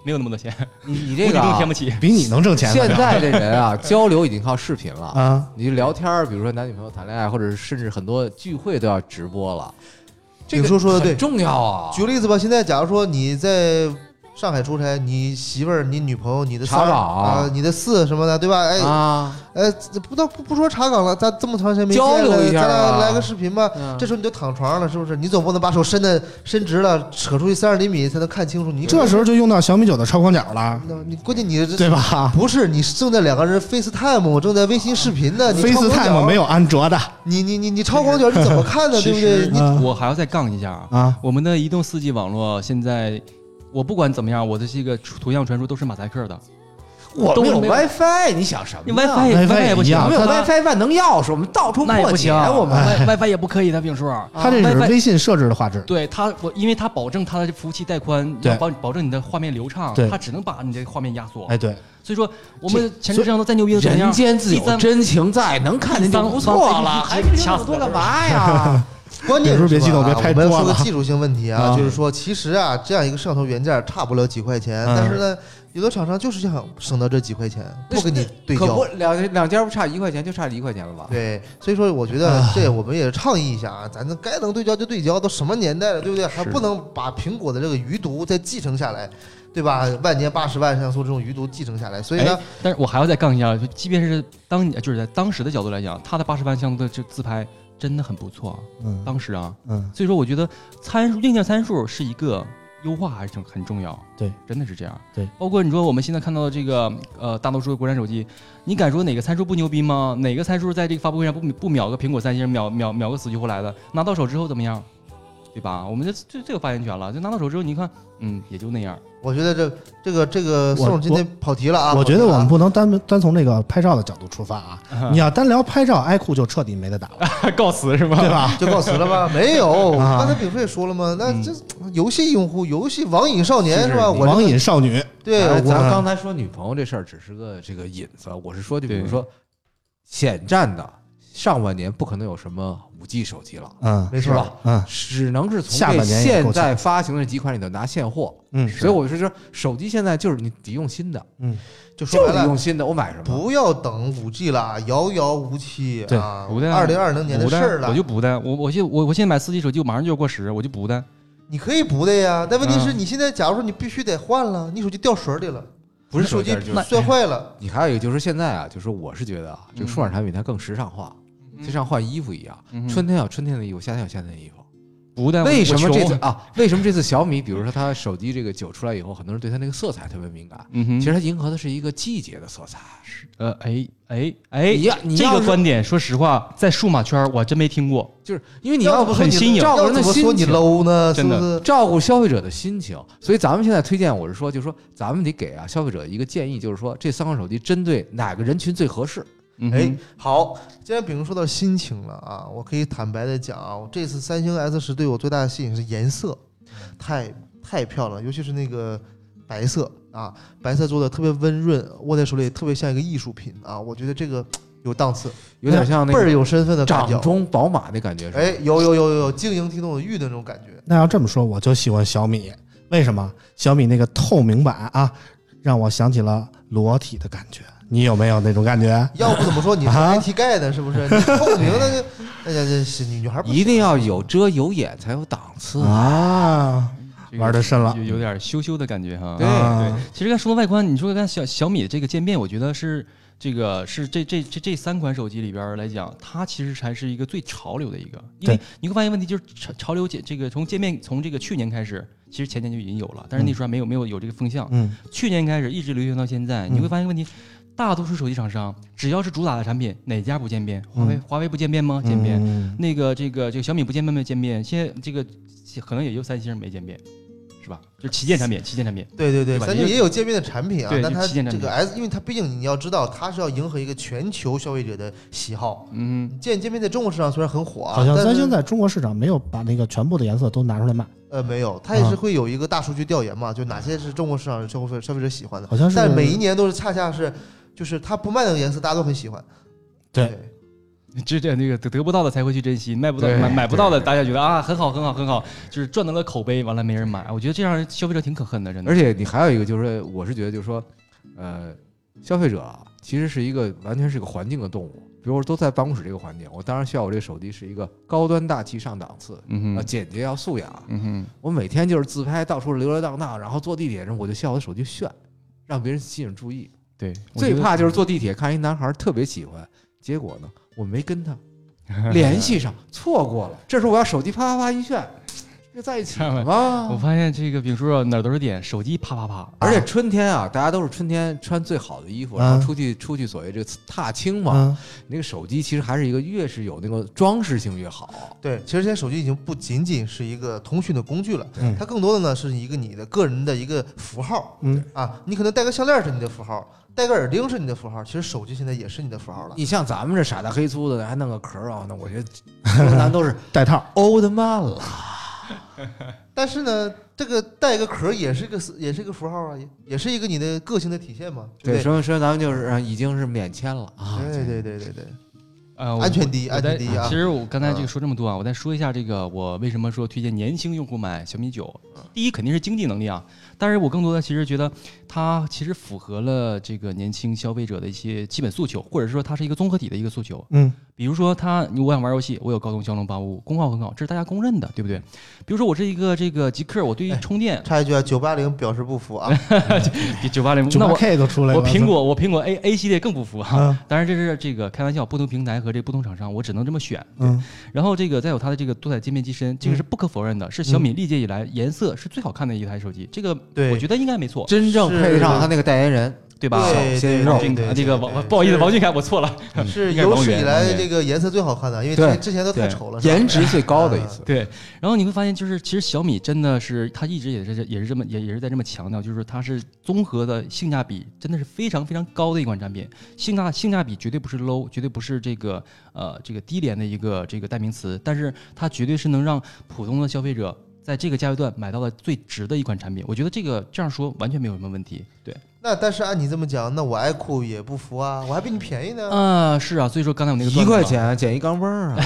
S3: 没有那么多钱，
S2: 你你
S3: 物
S2: 这
S3: 体
S2: 个
S3: 更
S2: 啊
S3: 添不起。
S6: 比你能挣钱呢
S2: 现在这人啊， [laughs] 交流已经靠视频了。
S6: 啊，
S2: 你就聊天儿，比如说男女朋友谈恋爱，或者是甚至很多聚会都要直播了。这个
S4: 你说说的对
S2: 很重要啊。
S4: 举个例子吧，现在假如说你在上海出差，你媳妇儿、你女朋友、你的
S2: 查
S4: 三儿
S2: 岗
S4: 啊、你的四什么的，对吧？哎，
S2: 啊，
S4: 呃，不到不不说查岗了，咱这么长时间没见
S2: 交
S4: 了
S2: 流一下
S4: 咱俩
S2: 啊
S4: 来个视频吧。
S2: 嗯
S4: 这时候你就躺床上了，是不是？你总不能把手伸的伸直了，扯出去三十厘米才能看清楚。你
S6: 这时候就用到小米九的超广角了，
S4: 那你关键你这
S6: 对吧
S4: 不是，你是正在两个人 FaceTime，我正在微信视频呢。你超广角
S6: ？FaceTime 没有安卓的
S4: 你你你你超广角你怎么
S6: [laughs]
S4: 看呢？对不
S3: 其
S4: 对？
S3: 实
S4: 你
S6: 嗯
S3: 我还要再杠一下啊，
S6: 啊，
S3: 我们的移动四 G 网络现在。我不管怎么样，我的这个图像传输都是马赛克的，
S2: 我
S3: 都
S2: 们
S3: 是
S2: 有
S3: 没有
S2: WiFi，你想什么
S3: 你
S2: 呀
S3: WiFi 也
S6: WiFi
S3: 也不行，
S6: 一
S2: 我
S6: 样
S2: 们有
S3: 它
S2: WiFi 万能钥匙，我们到处
S3: 那也
S2: 破
S3: 不
S2: 解
S3: 行，。
S2: 我 [laughs] 们
S3: Wi- WiFi 也不可以的，丙叔。
S6: 它这是
S3: WiFi
S6: 微信设置的画质。
S3: 对它，我因为它保证它的服务器带宽，
S6: 对
S3: 要保保证你的画面流畅
S6: 对，
S3: 它只能把你这个画面压缩。
S6: 哎，对，
S3: 所以说，我们前置摄像头再牛逼的怎么
S2: 人
S3: 样？
S2: 间自有真情在，能看见就不错了，还跟你那么多干嘛呀？
S4: 关键
S6: 别
S4: 是
S6: 别激动别
S4: 吧
S6: 拍
S4: 我们要
S6: 桌
S4: 说个
S6: 子
S4: 技术性问题啊，
S6: 啊
S4: 就是说，其实啊，这样一个摄像头原件差不了几块钱，
S6: 嗯
S4: 但是呢，有的厂商就是想省到这几块钱，不跟你对
S2: 可 [laughs] 不
S4: 焦。，
S2: 两两家不差一块钱，就差一块钱了吧？
S4: 对，所以说我觉得这我们也是倡议一下啊，咱这该能对焦就对焦，都什么年代了，对不对？还不能把苹果的这个余毒再继承下来，对吧？万年八十万像素这种余毒继承下来，所以呢
S3: 哎，但是我还要再杠一下，就即便是当你就是在当时的角度来讲，它的八十万像素的这自拍真的很不错啊，
S6: 嗯
S3: 当时啊，
S6: 嗯，
S3: 所以说我觉得参数硬件参数是一个优化还是很很重要，
S6: 对，
S3: 真的是这样，
S6: 对，
S3: 包括你说我们现在看到的这个呃大多数的国产手机，你敢说哪个参数不牛逼吗？哪个参数在这个发布会上不不秒个苹果三星，秒秒秒个死去活来的，拿到手之后怎么样？对吧？我们这这这有发言权了，就拿到手之后，你看，嗯，也就那样。
S4: 我觉得这这个这个宋今天跑题了啊！
S6: 我觉得我们
S4: 跑
S6: 不能单单从那个拍照的角度出发啊！你要单聊拍照，爱酷就彻底没得打
S4: 啊
S6: 了，
S3: 告辞是吧？
S6: 对吧？
S4: [laughs] 题了就告辞了吧？没有，
S6: 啊
S4: 刚才丙叔也说了嘛，那
S3: 嗯
S4: 这游戏用户、游戏网瘾少年
S2: 是哎
S4: 是吧？我这
S6: 网
S4: 个
S6: 瘾少女，
S4: 对，
S2: 咱
S4: 我
S2: 咱刚才说女朋友这事儿只是个这个引子，我是说，就比如
S3: 对
S2: 说显战的上半年不可能有什么五 G 手机了，
S6: 嗯
S4: 没
S2: 是
S4: 错
S2: 吧？
S6: 嗯，
S2: 只能是从
S6: 下
S2: 这
S6: 半年也
S2: 现
S6: 够
S2: 在发行的几款里头拿现货，
S6: 嗯
S2: 所以我是说，手机现在就是你得用新的，
S4: 就说
S2: 就
S4: 白
S2: 得
S4: 了
S2: 用，新的，我买什么？
S4: 不要等五 G 了啊，遥遥无期
S6: 对
S4: 啊！
S3: 不的
S4: 二零二零年的
S3: 不
S4: 事
S3: 的
S4: 儿了
S3: 啊我，就不的，我我现我我现在买四 G 手机，我马上就要过时，我就不的。
S4: 你可以不的呀，但问题是
S3: 嗯
S4: 你现在，假如说你必须得换了，你手机掉水里了，
S2: 不是
S4: 手
S2: 手
S4: 机
S2: 机，就是
S4: 摔坏了，
S2: 你还有一个就是现在啊，就是我是觉得啊，这个数码产品它更时尚化，就像换衣服一样，
S3: 嗯嗯哼
S2: 春天有春天的衣服，夏天有夏天的衣服。
S3: 不的，我
S2: 为什么
S3: 我
S2: 这
S3: 穷
S2: 次啊？为什么这次小米，比如说它手机这个九出来以后，很多人对它那个色彩特别敏感？
S3: 嗯哼，
S2: 其实它迎合的是一个季节的色彩。
S3: 呃，哎哎哎，
S2: 你要你
S3: 这
S2: 要
S3: 个
S2: 是
S3: 观点，说实话，在数码圈儿我真没听过。
S2: 就是因为你
S4: 要
S2: 要
S4: 不
S3: 很新颖
S2: 照顾
S4: 要
S2: 人的
S4: 怎么说
S2: 心
S4: 你
S2: 情，
S4: low 呢？是
S3: 真
S4: 不
S3: 的
S4: 是？
S2: 照顾消费者的心情。所以咱们现在推荐，我是说，就是说咱们得给啊消费者一个建议，就是说这三款手机针对哪个人群最合适？
S3: 嗯
S4: 哎
S3: 哼，，
S4: 好，既然比如说到心情了啊，我可以坦白的讲啊，我这次三星 S 十对我最大的吸引是颜色，太太漂亮了，尤其是那个白色啊，白色做的特别温润，握在手里特别像一个艺术品啊，我觉得这个有档次，
S2: 有点像那
S4: 倍儿
S2: 个
S4: 有身份的感
S2: 掌
S4: 觉。
S2: 中宝马那感觉。是吧
S4: 哎，有有有有有晶莹剔透的玉的那种感觉，
S6: 那要这么说，我就喜欢小米，为什么？小米那个透明版啊，让我想起了裸体的感觉。你有没有那种感觉？
S4: 要不怎么说你是
S6: 啊
S4: IT 盖呢？是不是？你透明的，大家这是女女孩
S2: [laughs]
S4: 不
S2: 一定要有遮有掩才有档
S4: 嗯
S2: 次。
S6: 啊，
S3: 这个
S6: 玩得深了
S3: 有有点羞羞的感觉哈。
S2: 对
S6: 啊
S3: 对，其实刚说到外观，你说看小小米的这个渐变，我觉得是这个是这这这这三款手机里边儿来讲，它其实才是一个最潮流的一个。因为
S6: 对
S3: 你会发现问题就是潮潮流界这个从渐变从这个去年开始，其实前年就已经有了，但是那时候还没有没有有这个风向。
S6: 嗯，
S3: 去年开始一直流行到现在，你会发现一个问题。大多数手机厂商，只要是主打的产品，哪家不渐变？华为，华为不渐变吗？渐变。
S6: 嗯
S3: 那个这个这个小米不见面没见面，现在这个可能也就三星没见面，是吧？就是旗舰产品，旗舰产品。
S4: 对对对，
S3: 对吧
S4: 三
S3: 因
S4: 星
S3: 为
S4: 也有界面的产品啊
S3: 对，
S4: 但它
S3: 就旗舰
S4: 这
S3: 产品
S4: 个 S，因为它毕竟你要知道，它是要迎合一个全球消费者的喜好。
S3: 嗯，
S4: 见界面在中国市场虽然很火啊，
S6: 好像
S4: 但是
S6: 三星在中国市场没有把那个全部的颜色都拿出来卖，
S4: 呃没有，它也
S6: 啊
S4: 是会有一个大数据调研嘛，就哪些是中国市场消费消费者喜欢的，
S6: 好像是
S4: 但每一年都是恰恰是就是它不卖那个颜色，大家都很喜欢。
S6: 对
S3: 这这那个得得不到的才会去珍惜，卖不到
S2: 对
S3: 买买不到的，
S2: 对
S3: 大家觉得啊很好很好很好，就是赚到了口碑，完了没人买。我觉得这样消费者挺可恨的，真的。
S2: 而且你还有一个就是说，我是觉得就是说，呃，消费者啊，其实是一个完全是个环境的动物。比如我都在办公室这个环境，我当然需要我这个手机是一个高端大气上档次，
S3: 嗯
S2: 啊，
S3: 哼，
S2: 简洁要素雅。
S3: 嗯哼，
S2: 我每天就是自拍，到处溜溜荡荡，然后坐地铁什么，我就需要我的手机炫，让别人吸引注意。
S3: 对，我
S2: 最
S3: 觉得
S2: 怕就是坐地铁看一男孩特别喜欢，结果呢，我没跟 [laughs] 他联系上，错过了。这时候我要手机啪啪啪一炫，就在一起了
S3: 我
S2: 吗？
S3: 发现这个丙叔啊哪儿都是点，手机啪啪啪，
S2: 而且春天啊，大家都是春天穿最好的衣服，
S6: 啊
S2: 然后出去出去所谓这个踏青嘛。
S6: 嗯
S2: 你那个手机其实还是一个越是有那个装饰性越好。
S4: 对，其实现在手机已经不仅仅是一个通讯的工具了，
S6: 嗯
S4: 它更多的呢是一个你的个人的一个符号。
S6: 嗯
S4: 啊，你可能戴个项链是你的符号，戴个耳钉是你的符号，其实手机现在也是你的符号了。
S2: 你像咱们这傻大黑粗的，还弄个壳儿啊，那我觉得咱 [laughs] 都是
S6: 带套，
S2: old man 了。
S4: 但是呢，这个带一个壳儿也是一个也是一个符号啊，也也是一个你的个性的体现嘛，对
S2: 对，
S4: 不对？
S2: 说明说明咱们就是啊已经是免签了啊。
S4: 对对对对对，
S3: 呃，我
S4: 安全第一，
S3: 我
S4: 安
S3: 再
S4: 全第一啊
S3: 其！实我刚才这
S4: 嗯
S3: 个说这么多啊，我再说一下这个我为什么说推荐年轻用户买小米九。
S4: 啊
S3: 第一肯定是经济能力啊，但是我更多的其实觉得它其实符合了这个年轻消费者的一些基本诉求，或者说它是一个综合体的一个诉求。
S6: 嗯，
S3: 比如说它，你我想玩游戏，我有高通骁龙八五五，功耗很好，这是大家公认的，对不对？比如说我是一个这个极客，我对于充电
S4: 插一句啊，九八零表示不服啊，
S3: 九八零，
S6: 九
S3: 那
S6: 八
S3: 我
S6: K 都出来了，
S3: 我苹果我苹果 A A 系列更不服哈、
S6: 嗯
S3: 当然这是这个开玩笑，不同平台和这不同厂商，我只能这么选。
S6: 嗯
S3: 然后这个再有它的这个多彩界面机身，这个是
S4: 嗯
S3: 不可否认的，是小米历届以来颜色是最好看的一台手机，这个
S4: 对
S3: 我觉得应该没错。
S2: 真正配得上他那个代言人，
S3: 对吧？
S4: 对
S2: 鲜
S4: 对
S2: 肉
S4: 对对，
S3: 啊这个王，不好
S4: 意
S3: 意思，王俊凯，我错了。
S4: 思，是
S3: 应该
S4: 有
S3: 王
S4: 史
S3: 源
S4: 以
S3: 王
S4: 来
S3: 源
S4: 这个颜色最好看的，因为
S2: 对
S4: 之前之前都太
S2: 对
S4: 丑了，是吧
S2: 颜值最高的一 [laughs] 次。
S3: 对，然后你会发现，就是其实小米真的是，它一直也是这也是这么也也是在这么强调，就是它是综合的性价比真的是非常非常高的一款产品，性价性价比绝对不是 low，绝对不是这个呃这个低廉的一个这个代名词，但是它绝对是能让普通的消费者。在这个价位段买到了最值的一款产品，我觉得这个这样说完全没有什么问题。对，
S4: 那但是按啊你这么讲，那我爱酷也不服啊，我还比你便宜呢。
S3: 啊、是啊，所以说刚才我那个
S2: 一
S3: 段子
S2: 块
S3: 嘛，
S2: 钱捡一钢镚儿啊！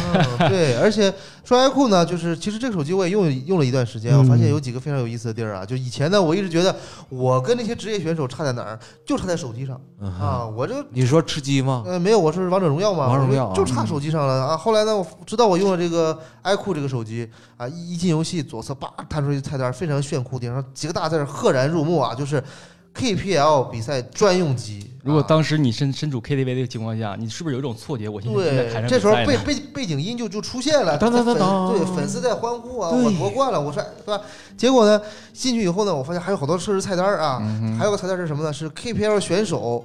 S2: [laughs]
S4: 嗯，对，而且说爱酷呢，就是其实这个手机我也用用了一段时间，我发
S2: 嗯
S4: 现有几个非常有意思的地儿啊。就以前呢，我一直觉得我跟那些职业选手差在哪儿，就差在手机上
S2: 嗯哼
S4: 啊。我这
S2: 你说吃鸡吗？
S4: 呃没有，我是王者荣耀嘛，
S2: 王者荣耀啊
S4: 我就就差手机上了啊。后来呢，我知道我用了这个爱酷这个手机啊，一一进游戏左侧叭弹出一菜单，非常炫酷，顶上几个大字儿赫然入目啊，就是 KPL 比赛专用机。
S3: 如果
S4: 啊
S3: 当时你身身处 KTV 的情况下，你是不是有一种错觉？我现在正在
S4: 对
S3: 台上，
S4: 这时候
S3: 比赛呢
S4: 背背背景音就就出现了，
S2: 当当当
S4: 粉
S2: 当
S4: 对，粉丝在欢呼啊，
S2: 对
S4: 我夺冠了，我说对吧？结果呢，进去以后呢，我发现还有好多设置菜单啊，
S3: 嗯
S4: 还有个菜单是什么呢？是 KPL 选手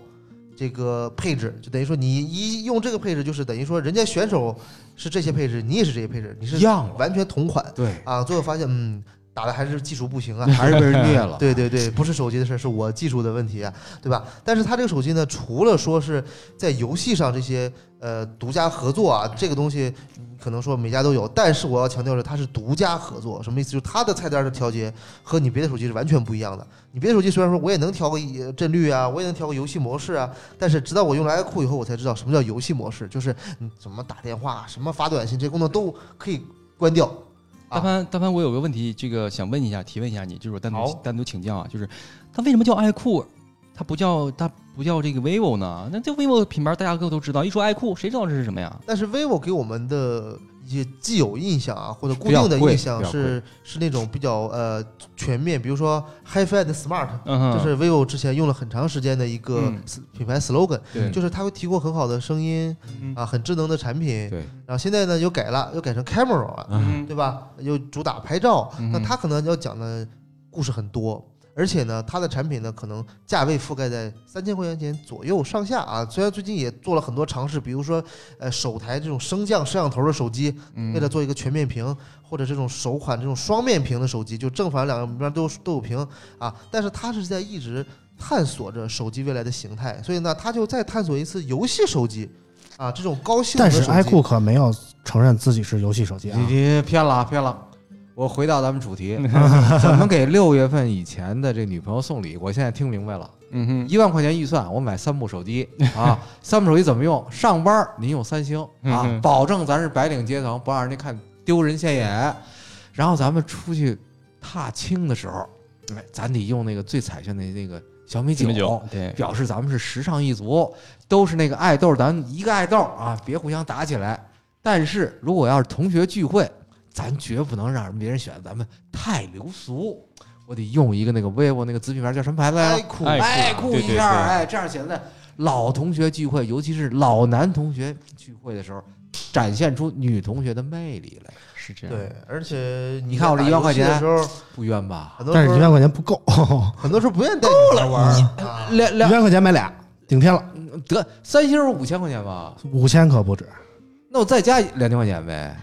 S4: 这个配置，就等于说你一用这个配置，就是等于说人家选手是这些配置，你也是这些配置，你
S2: 一
S4: 是
S2: 样了，
S4: 完全同款
S2: 对，
S4: 啊。最后发现，嗯，打的还是技术不行啊，
S2: [laughs] 还是被人虐 [laughs] 了。
S4: 对对对，不是手机的事儿，是我技术的问题啊，对吧？但是它这个手机呢，除了说是在游戏上这些呃独家合作啊，这个东西嗯可能说每家都有，但是我要强调的是，它是独家合作，什么意思？就是它的菜单的调节和你别的手机是完全不一样的。你别的手机虽然说我也能调个呃帧率啊，我也能调个游戏模式啊，但是直到我用了 i 酷以后，我才知道什么叫游戏模式，就是你怎么打电话、啊什么发短信这些功能都可以关掉。
S3: 大
S4: 啊
S3: 潘，大潘，我有个问题，这个想问一下，提问一下你，就是我单
S4: 好
S3: 独单独请教啊，就是它为什么叫爱酷，啊它不叫它不叫这个 vivo 呢？那这 vivo 品牌大家都都知道，一说爱酷，谁知道这是什么呀？
S4: 但是 vivo 给我们的一些既有印象啊，或者固
S2: 比较
S4: 定的
S2: 贵
S4: 印象
S2: 比较
S4: 是是那种比较呃全面，比如说 HiFi 的 Smart，
S3: 嗯哼，
S4: 这是 vivo 之前用了很长时间的一个
S3: 嗯
S4: s- 品牌 slogan，
S3: 对
S4: 就是它会提供很好的声音
S3: 嗯
S4: 啊，很智能的产品。
S2: 对，
S4: 然后现在呢又改了，又改成 camera 了，
S2: 嗯，
S4: 对吧？又主打拍照，
S3: 嗯
S4: 那它可能要讲的故事很多。而且呢，它的产品呢，可能价位覆盖在三千块钱钱左右上下啊。虽然最近也做了很多尝试，比如说，呃，首台这种升降摄像头的手机，为了做一个全面屏，或者这种首款这种双面屏的手机，就正反两边都有都有屏啊。但是它是在一直探索着手机未来的形态，所以呢，它就再探索一次游戏手机啊，这种高性能
S1: 但
S4: 的手
S1: 是 i
S4: 机。
S1: q 可没有承认自己是游戏手机啊
S2: 你。你偏了偏了。我回到咱们主 [laughs] 题，怎么给六月份以前的这女朋友送礼？我现在听明白了，
S3: 嗯哼，
S2: 一万块钱预算，我买三部手机 [laughs] 啊，三部手机怎么用？上班儿您用三星啊
S3: 嗯，
S2: 保证咱是白领阶层，不让人家看丢人现眼。然后咱们出去踏青的时候，哎，咱得用那个最彩炫的那个小米九
S3: 么久，，对，
S2: 表示咱们是时尚一族，都是那个爱豆，咱一个爱豆啊，别互相打起来。但是如果要是同学聚会，咱绝不能让别人选咱们太流俗，我得用一个那个 vivo 那个子品牌叫什么牌子呀？
S4: 酷
S3: 哎
S2: 爱
S3: 酷
S2: 酷
S3: 对
S2: 一
S3: 对
S2: 下，
S3: 对
S2: 哎，这样显得老同学聚会，尤其是老男同学聚会的时候，展现出女同学的魅力来，
S3: 是这样。
S4: 对，而且
S2: 你看我这一万块钱
S4: 打游戏的时候，
S2: 不冤吧？
S4: 很多
S1: 但
S4: 时
S1: 是一万
S4: 候
S1: 块钱不够，
S4: 很多时候不愿意带够了玩儿啊。
S2: 两
S1: 一
S2: 两
S1: 万块钱买俩，顶天了，
S2: 得三星五千块钱吧，
S1: 五千可不止。
S2: 那我再加两千块钱呗，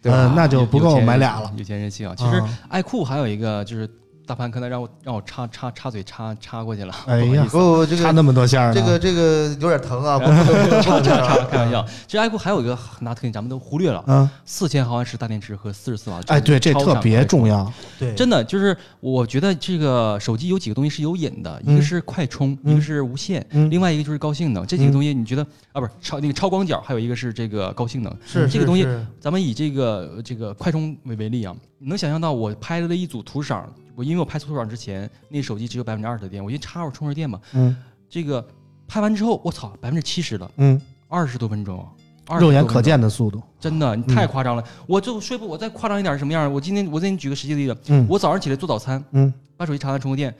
S2: 对吧？
S1: 嗯，那就
S3: 有
S1: 不够买俩了。。
S3: 有钱人性啊！其实
S1: 啊
S3: 爱酷还有一个就是大潘，刚才让我让我插插插嘴插插过去了， [laughs]
S1: 哎呀
S4: 不不不，这
S1: 差
S4: 个
S1: 那么多线儿呢，
S4: 这个这个有点疼啊，不不不不不这样啊
S3: 开玩笑。其实爱酷还有一个很大特点，咱们都忽略了，
S1: 嗯，
S3: 四千毫安时大电池和四十四瓦的
S1: 哎，对，这
S3: 超
S1: 特
S3: 强快
S1: 别
S3: 充
S1: 重要。
S4: 对，
S3: 真的就是，我觉得这个手机有几个东西是有瘾的，
S1: 嗯
S3: 一个是快充，
S1: 嗯
S3: 一个是无线，
S1: 嗯
S3: 另外一个就是高性能。这几个东西你觉得啊，不是超那个超广角，还有一个是这个高性能。
S4: 是
S3: 这个东西
S4: 是
S3: 咱们以这个这个快充为为例啊，你能想象到我拍了一组图赏，我因为我拍图赏之前那手机只有百分之二十的电，我一插会儿充会儿电嘛，
S1: 嗯
S3: 这个拍完之后，我操，百分之七十了，
S1: 嗯，
S3: 二十多分钟，20
S1: 肉眼
S3: 多分
S1: 可
S3: 钟
S1: 见嗯的速度。
S3: 真的，你太夸张了！我就说不，我再夸张一点是什么样？我今天我再给你举个实际例子，
S1: 嗯
S3: 我早上起来做早餐，
S1: 嗯，
S3: 把手机插在充个电，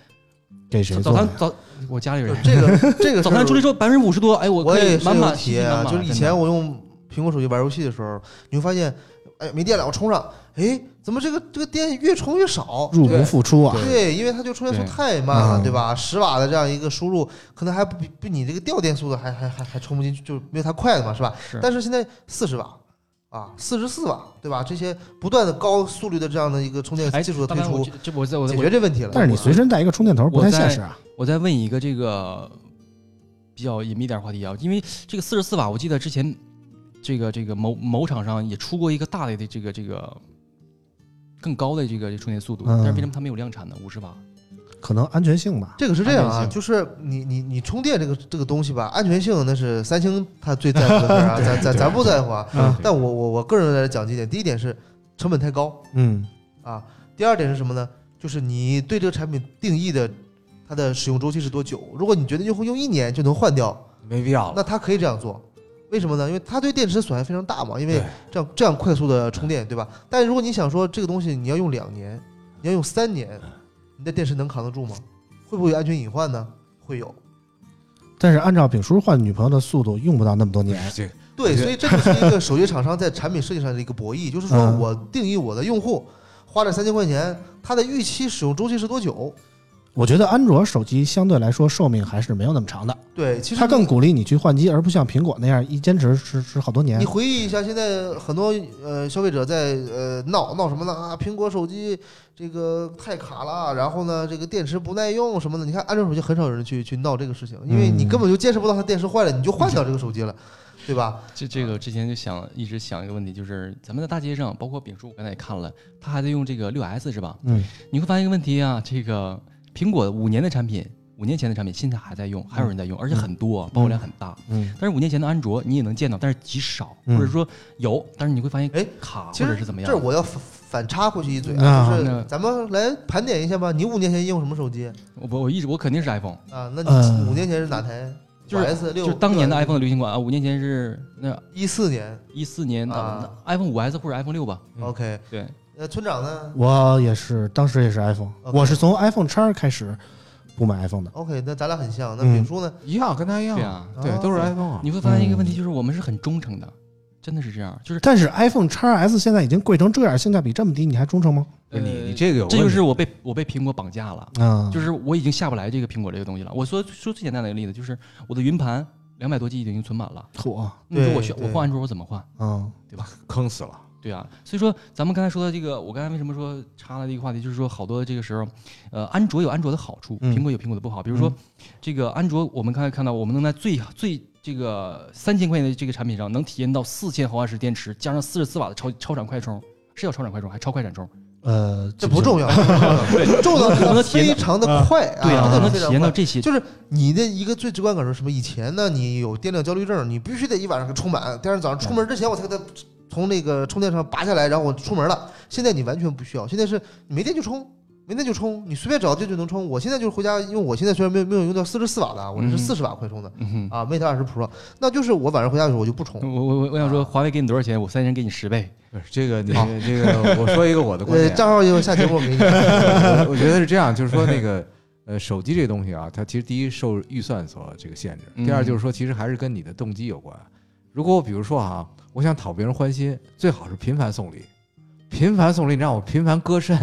S1: 给谁
S3: 早
S1: 做
S3: 餐
S1: 的？
S3: 早我家里
S4: 就
S3: 人
S4: [laughs] 这个这个
S3: 早餐出来
S4: 力，
S3: 之后百分之五十多，哎，我
S4: 我
S3: 可
S4: 也
S3: 以
S4: 是
S3: 满
S4: 有
S3: 满
S4: 体验啊，就是以前我用苹果手机玩游戏的时候，你会发现，哎，没电了，我充上，哎，怎么这个这个电越充越少？
S1: 入不敷出啊，
S4: 对，因为它就充电速
S3: 对
S4: 度太慢了，
S1: 嗯
S4: 对吧？十瓦的这样一个输入，可能还不比比你这个掉电速度还还还还充不进去，就是没有它快的嘛，是吧？
S3: 是
S4: 但是现在四十瓦。啊，四十四瓦，对吧？这些不断的高速率的这样的一个充电
S3: 哎，
S4: 技术的
S3: 大
S4: 推
S3: 白我
S4: 出，
S3: 这这我在我在
S4: 解决这问题了。
S1: 但是你随身带一个充电头不太现实啊。
S3: 我再问一个这个比较隐秘点儿话题啊，因为这个四十四瓦，我记得之前这个这个某某厂商也出过一个大的这个这个更高的这个充电速度，
S1: 嗯
S3: 但是为什么它没有量产呢？五十瓦，
S1: 可能安全性吧。
S4: 这个是这样啊，
S3: 安全性
S4: 就是你你你充电这个这个东西吧，安全性那是三星它最在乎的事
S3: [laughs]
S4: 儿啊，咱咱咱不在乎啊。
S1: 嗯
S4: 但我我我个人来讲几点，第一点是成本太高，
S1: 嗯
S4: 啊。第二点是什么呢？就是你对这个产品定义的它的使用周期是多久？如果你觉得用户用一年就能换掉，
S2: 没必要
S4: 那
S2: 了。
S4: 它可以这样做。为什么呢？因为它对电池的损害非常大嘛，因为
S2: 对
S4: 这样这样快速的充电，对吧？但如果你想说这个东西你要用两年，你要用三年，
S2: 嗯
S4: 你的电池能扛得住吗？会不会有安全隐患呢？会有。
S1: 但是按照丙叔换女朋友的速度，用不到那么多年。
S2: 哎这个
S4: 对，
S2: 我觉得
S4: 所以这就是一个手机厂商在产品设计上的一个
S2: [laughs]
S4: 博弈，就是说
S1: 嗯
S4: 我定义我的用户花这三千块钱，他的预期使用周期是多久？
S1: 我觉得安卓手机相对来说寿命还是没有那么长的，
S4: 对，其实
S1: 它更鼓励你去换机，而不像苹果那样一坚持是是好多年
S4: 你。回忆一下，现在很多呃消费者在呃闹闹什么呢？啊，苹果手机这个太卡了，啊然后呢，这个电池不耐用什么的。你看安卓手机很少有人去去闹这个事情，因为
S3: 嗯
S4: 你根本就见识不到它电池坏了，你就换掉这个手机了，对吧？
S3: 这这个之前就想一直想一个问题，就是咱们在大街上，包括丙叔，我刚才也看了，他还在用这个六 S 是吧？
S1: 嗯，
S3: 你会发现一个问题啊，这个苹果五年的产品，五年前的产品，现在还在用，还有人在用，而且很多，包括量很大。
S1: 嗯，
S3: 但是五年前的安卓你也能见到，但是极少，
S1: 嗯
S3: 或者说有，但是你会发现
S4: 哎
S3: 卡
S4: 其
S3: 或者
S4: 实
S3: 是怎么样
S4: 这儿？我要反反插回去一嘴
S1: 啊
S4: 啊，就
S3: 那
S4: 是咱们来盘点一下吧。你五年前用什么手机
S3: 我我我一直我肯定是 iPhone，
S4: 啊？那
S1: 呃
S4: 你五年前是哪台？
S3: 就是
S4: S 六，呃
S3: 就是当年的 iPhone 的流行款啊，五年前是那
S4: 一四年。
S3: 一四年的
S4: 啊
S3: iPhone 五 S 或者 iPhone 六吧？
S2: 嗯
S4: OK，
S3: 对，
S4: 呃，村长呢
S1: 嗯我也是，当时也是 iPhone，
S4: OK
S1: 我是从 iPhone 叉开始不买 iPhone 的。
S4: ？OK，那咱俩很像。那
S1: 嗯
S4: 丙叔呢？
S2: 一样，跟他一样，
S3: 对啊
S2: 对
S4: 啊
S2: 都是 iPhone 啊。
S3: 你会发现一个问题，就是我们是很忠诚的，真的是这样，就是
S1: 但是 iPhone 叉 S 现在已经贵成这样，性价比这么低，你还忠诚吗？
S2: 不是你
S3: 呃
S2: 你这个有
S3: 这就
S2: 问题
S3: 是我被我被苹果绑架了。
S1: 啊，
S3: 就是我已经下不来这个苹果这个东西了。我说说最简单的一个例子，就是我的云盘两百多 G 已经存满了。
S1: 火
S3: 那你说
S4: 对
S3: 我选我
S4: 对
S3: 换安卓我怎么换？
S1: 啊，
S2: 坑死了。
S3: 对啊，所以说咱们刚才说的这个，我刚才为什么说插了一个话题，就是说好多这个时候，呃，安卓有安卓的好处，
S1: 嗯
S3: 苹果有苹果的不好。比如说这个安卓，我们刚才看到，我们能在最最这个三千块钱的这个产品上，能体验到四千毫安时电池，加上四十四瓦的超超闪快充，是叫超闪快充还是超快闪充？
S1: 呃，
S4: 这不重
S1: 要，
S4: 要， [laughs] 重要的是它非常的快啊，
S3: 对啊，
S4: 真
S3: 能
S4: 的非
S3: 体
S4: 常
S3: 验到
S4: 快。
S3: 这些。
S4: 就是你的一个最直观感受是什么？以前呢，你有电量焦虑症，你必须得一晚上给充满，第二天早上出门之前我才给它从那个充电上拔下来，然后我出门了。现在你完全不需要，现在是你没电就充，没电就充，你随便找地儿就能充。我现在就是回家，因为我现在虽然没有没有用到四十四瓦的啊，我这是
S3: 嗯
S4: 四十瓦快充的
S3: 嗯哼，嗯
S4: 啊，Mate 二十 Pro，那就是我晚上回家的时候我就不充
S3: 我。我我我想说，华为给你多少钱，我三星给你十倍。
S2: 不是这个，你这
S3: [laughs]
S2: 个，我说一个我的观
S4: 呃，
S2: 点啊，啊
S4: 账号下节目我给你。
S3: 呃
S2: 我我觉得是这样，就是说
S3: [laughs]
S2: 那个呃，手机这东西啊，它其实第一受预算所这个限制，第二
S3: 嗯
S2: 就是说，其实还是跟你的动机有关。如果我比如说啊，我想讨别人欢心，最好是频繁送礼，频繁送礼，你让我频繁割肾，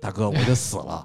S2: 大哥我就死
S3: [laughs]
S2: 了。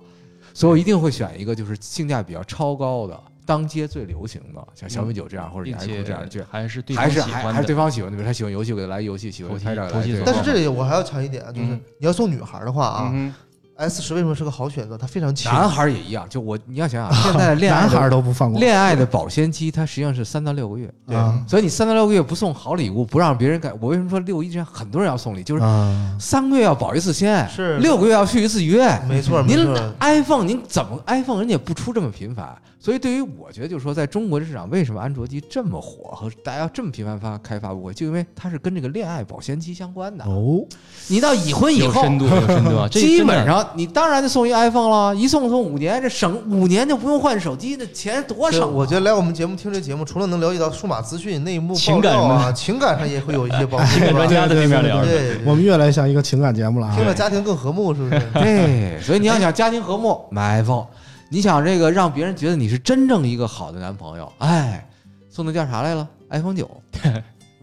S2: 所以我一定会选一个就是性价比较超高的，当街最流行的，像小米九这样、或者
S3: 嗯并
S2: 雅
S3: 且
S2: 库这样的券，
S3: 还是对
S2: 还
S3: 方喜
S2: 是还
S3: 欢
S2: 还是
S3: 的
S2: 对方喜欢的，比如他喜欢游戏，我给他来游戏；喜欢
S3: 投机
S2: 拍照，
S3: 投机
S2: 来这
S3: 所
S4: 但
S2: 个
S4: 是这里我还要强一点啊，就是
S3: 嗯
S4: 你要送女孩的话啊，
S3: 嗯哼
S4: S 十为什么是个好选择？它非常轻，
S2: 男孩儿也一样，就我你要想想，现在
S1: [laughs]
S2: 的恋爱
S1: 男
S2: 的
S1: 孩都不放过
S2: 恋爱的保鲜期，它实际上是三到六个月，
S4: 对
S1: 啊
S2: 所以你三到六个月不送好礼物，不让别人感，我为什么说六一之前很多人要送礼，就是
S1: 啊，
S2: 三个月要保一次鲜，
S4: 是
S2: 六个月要续一次约。
S4: 没错没
S2: 您
S4: 错。
S2: iPhone 您怎么 iPhone 人家也不出这么频繁，所以对于我觉得就是说，在中国市场为什么安卓机这么火和大家这么频繁发开发布会，就因为它是跟这个恋爱保鲜期相关的。
S1: 哦，
S2: 你到已婚以
S3: 有
S2: 后
S3: 深，度，有深
S2: [laughs]
S3: 度啊！这
S2: 基本
S3: 真的
S2: 上你当然就送一 iPhone 了，一送送五年，这省五年就不用换手机，这钱多
S4: 对
S2: 省啊。
S4: 我觉得来我们节目听这节目，除了能了解到数码资讯、内幕爆
S3: 情感
S4: 料啊，情感上也会有一些帮助。
S3: 情感专家在对面聊
S4: 对
S3: 着。
S4: 对，对
S1: 我们越来越像一个情感节目了啊
S4: 听。着家庭更和睦，是不是？
S2: [laughs]
S4: [laughs]
S2: 对，所以你要想家庭和睦，买 iPhone；你想这个让别人觉得你是真正一个好的男朋友，哎，送的叫啥来了？iPhone 九，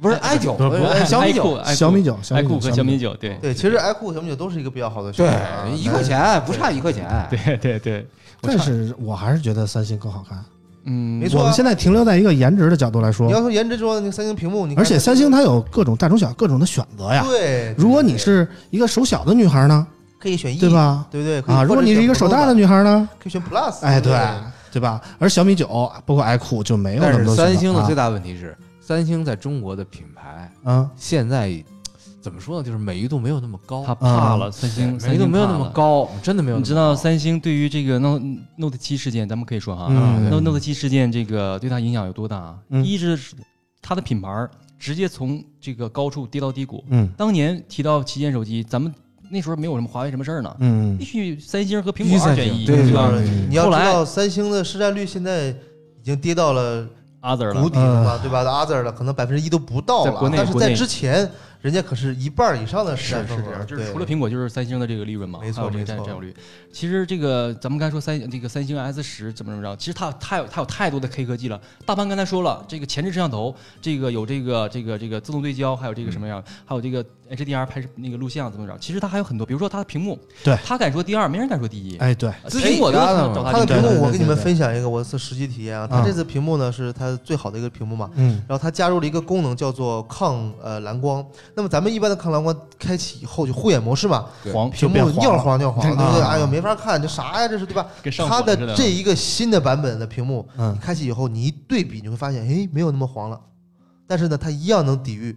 S2: 不是 i 九，
S1: 不是
S2: 哎小米九，
S3: iQOO
S1: 小米九，小
S3: 爱
S1: 米
S3: 酷
S1: 九，
S3: 和小米九，对
S4: 对，其实 iQOO 小米九都是一个比较好的选择啊，
S2: 对，一块钱不差一块钱，
S3: 对对
S2: [laughs]
S3: 对，我
S1: 但
S3: 差
S1: 是我还是觉得三星更好看。
S3: 嗯，
S4: 没错啊
S1: 我们现在停留在一个颜值的角度来
S4: 你
S1: 说，
S4: 要说颜值之后，那个三星屏幕，你看
S1: 而且三星它有各种大中小各种的选择呀。
S4: 对，
S1: 如果你
S4: 对
S1: 是一个手小的女孩呢，
S4: 可以选 E，
S1: 对？吧？
S4: 对不对？可以
S1: 啊，
S4: 或者
S1: 如果你是一个手大的
S4: 选
S1: 女孩呢，
S4: Pro 可以选 Plus，
S1: 哎，
S4: 对
S1: 对
S4: 不，
S1: 对吧？而小米九，包括 iQOO 就没有
S2: 但
S1: 那么
S2: 是
S1: 多选择
S2: 三星的最
S1: 啊
S2: 大问题是，三星在中国的品牌
S1: 嗯，
S2: 现在怎么说呢？就是美誉度没有那么高，
S3: 他怕了，三
S2: 对
S3: 星
S2: 美誉度哎没有那么。高，真的没
S3: 三
S2: 有那么高。
S3: 星怕了你知道三星对于这个 Note Note 七事件，咱们可以说哈
S1: 嗯
S3: ，Note Note 七事件这个对它影响有多大啊？
S1: 嗯
S3: 一是它的品牌儿直接从这个高处跌到低谷。
S1: 嗯
S3: 当年提到旗舰手机，咱们那时候没有什么华为什么事儿呢，
S1: 嗯
S3: 必须三星和苹
S2: 必须
S3: 果二
S2: 三星
S3: 选一，
S2: 对
S3: 是吧
S4: 就是
S1: 嗯
S4: 你要知
S3: 后
S4: 道三星的市占率现在已经跌到了
S3: ？Other
S4: 谷
S3: 了，
S4: 底了
S1: 嗯
S4: 嘛，对吧？Other 了，可能百分之一都不到
S3: 在
S4: 了
S3: 国
S4: 啊，
S3: 内
S4: 但是
S3: 国
S4: 在
S3: 内
S4: 之前，人家可是一半儿以上的市占
S3: 是
S4: 份
S3: 是这
S4: 额，
S3: 样，就是
S4: 对
S3: 除了苹果就是三星的这个利润嘛，
S4: 没错
S3: 还有这个
S4: 没错
S3: 占占有率。其实这个咱们刚才说三这个三星 S 十怎么怎么着，其实它它有它有太多的黑科技了。大潘刚才说了，这个前置摄像头，这个有这个这个这个自动对焦，还有这个什么
S4: 嗯
S3: 样，还有这个 HDR 拍摄那个录像怎么着。其实它还有很多，比如说它的屏幕，
S1: 对
S3: 它敢说第二，没人敢说第一。
S1: 哎，对，
S3: 呃
S2: 自己
S3: 苹果都
S2: 家的嘛
S3: 找
S4: 它
S3: 它
S4: 的
S3: 竞
S4: 屏
S3: 争
S4: 幕，我
S1: 对对对
S4: 给你们
S1: 对
S4: 分享一个我的实际体验啊，它
S1: 嗯
S4: 这次屏幕呢是它最好的一个屏幕嘛，
S1: 嗯
S4: 然后它加入了一个功能叫做抗呃蓝光。那么咱们一般的抗蓝光开启以后就护眼模式嘛，
S2: 对
S3: 黄
S4: 屏
S1: 就
S4: 幕
S1: 变黄
S4: 尿黄尿黄，
S1: [laughs]
S4: 对不对？
S1: 啊
S4: 哎呦，没法看，这啥呀？这是对吧？
S3: 跟上
S4: 它
S3: 火似
S4: 的
S3: 的
S4: 这一个新的版本的屏幕，
S1: 嗯
S4: 你开启以后，你一对比，你会发现，哎，没有那么黄了，但是呢，它一样能抵御，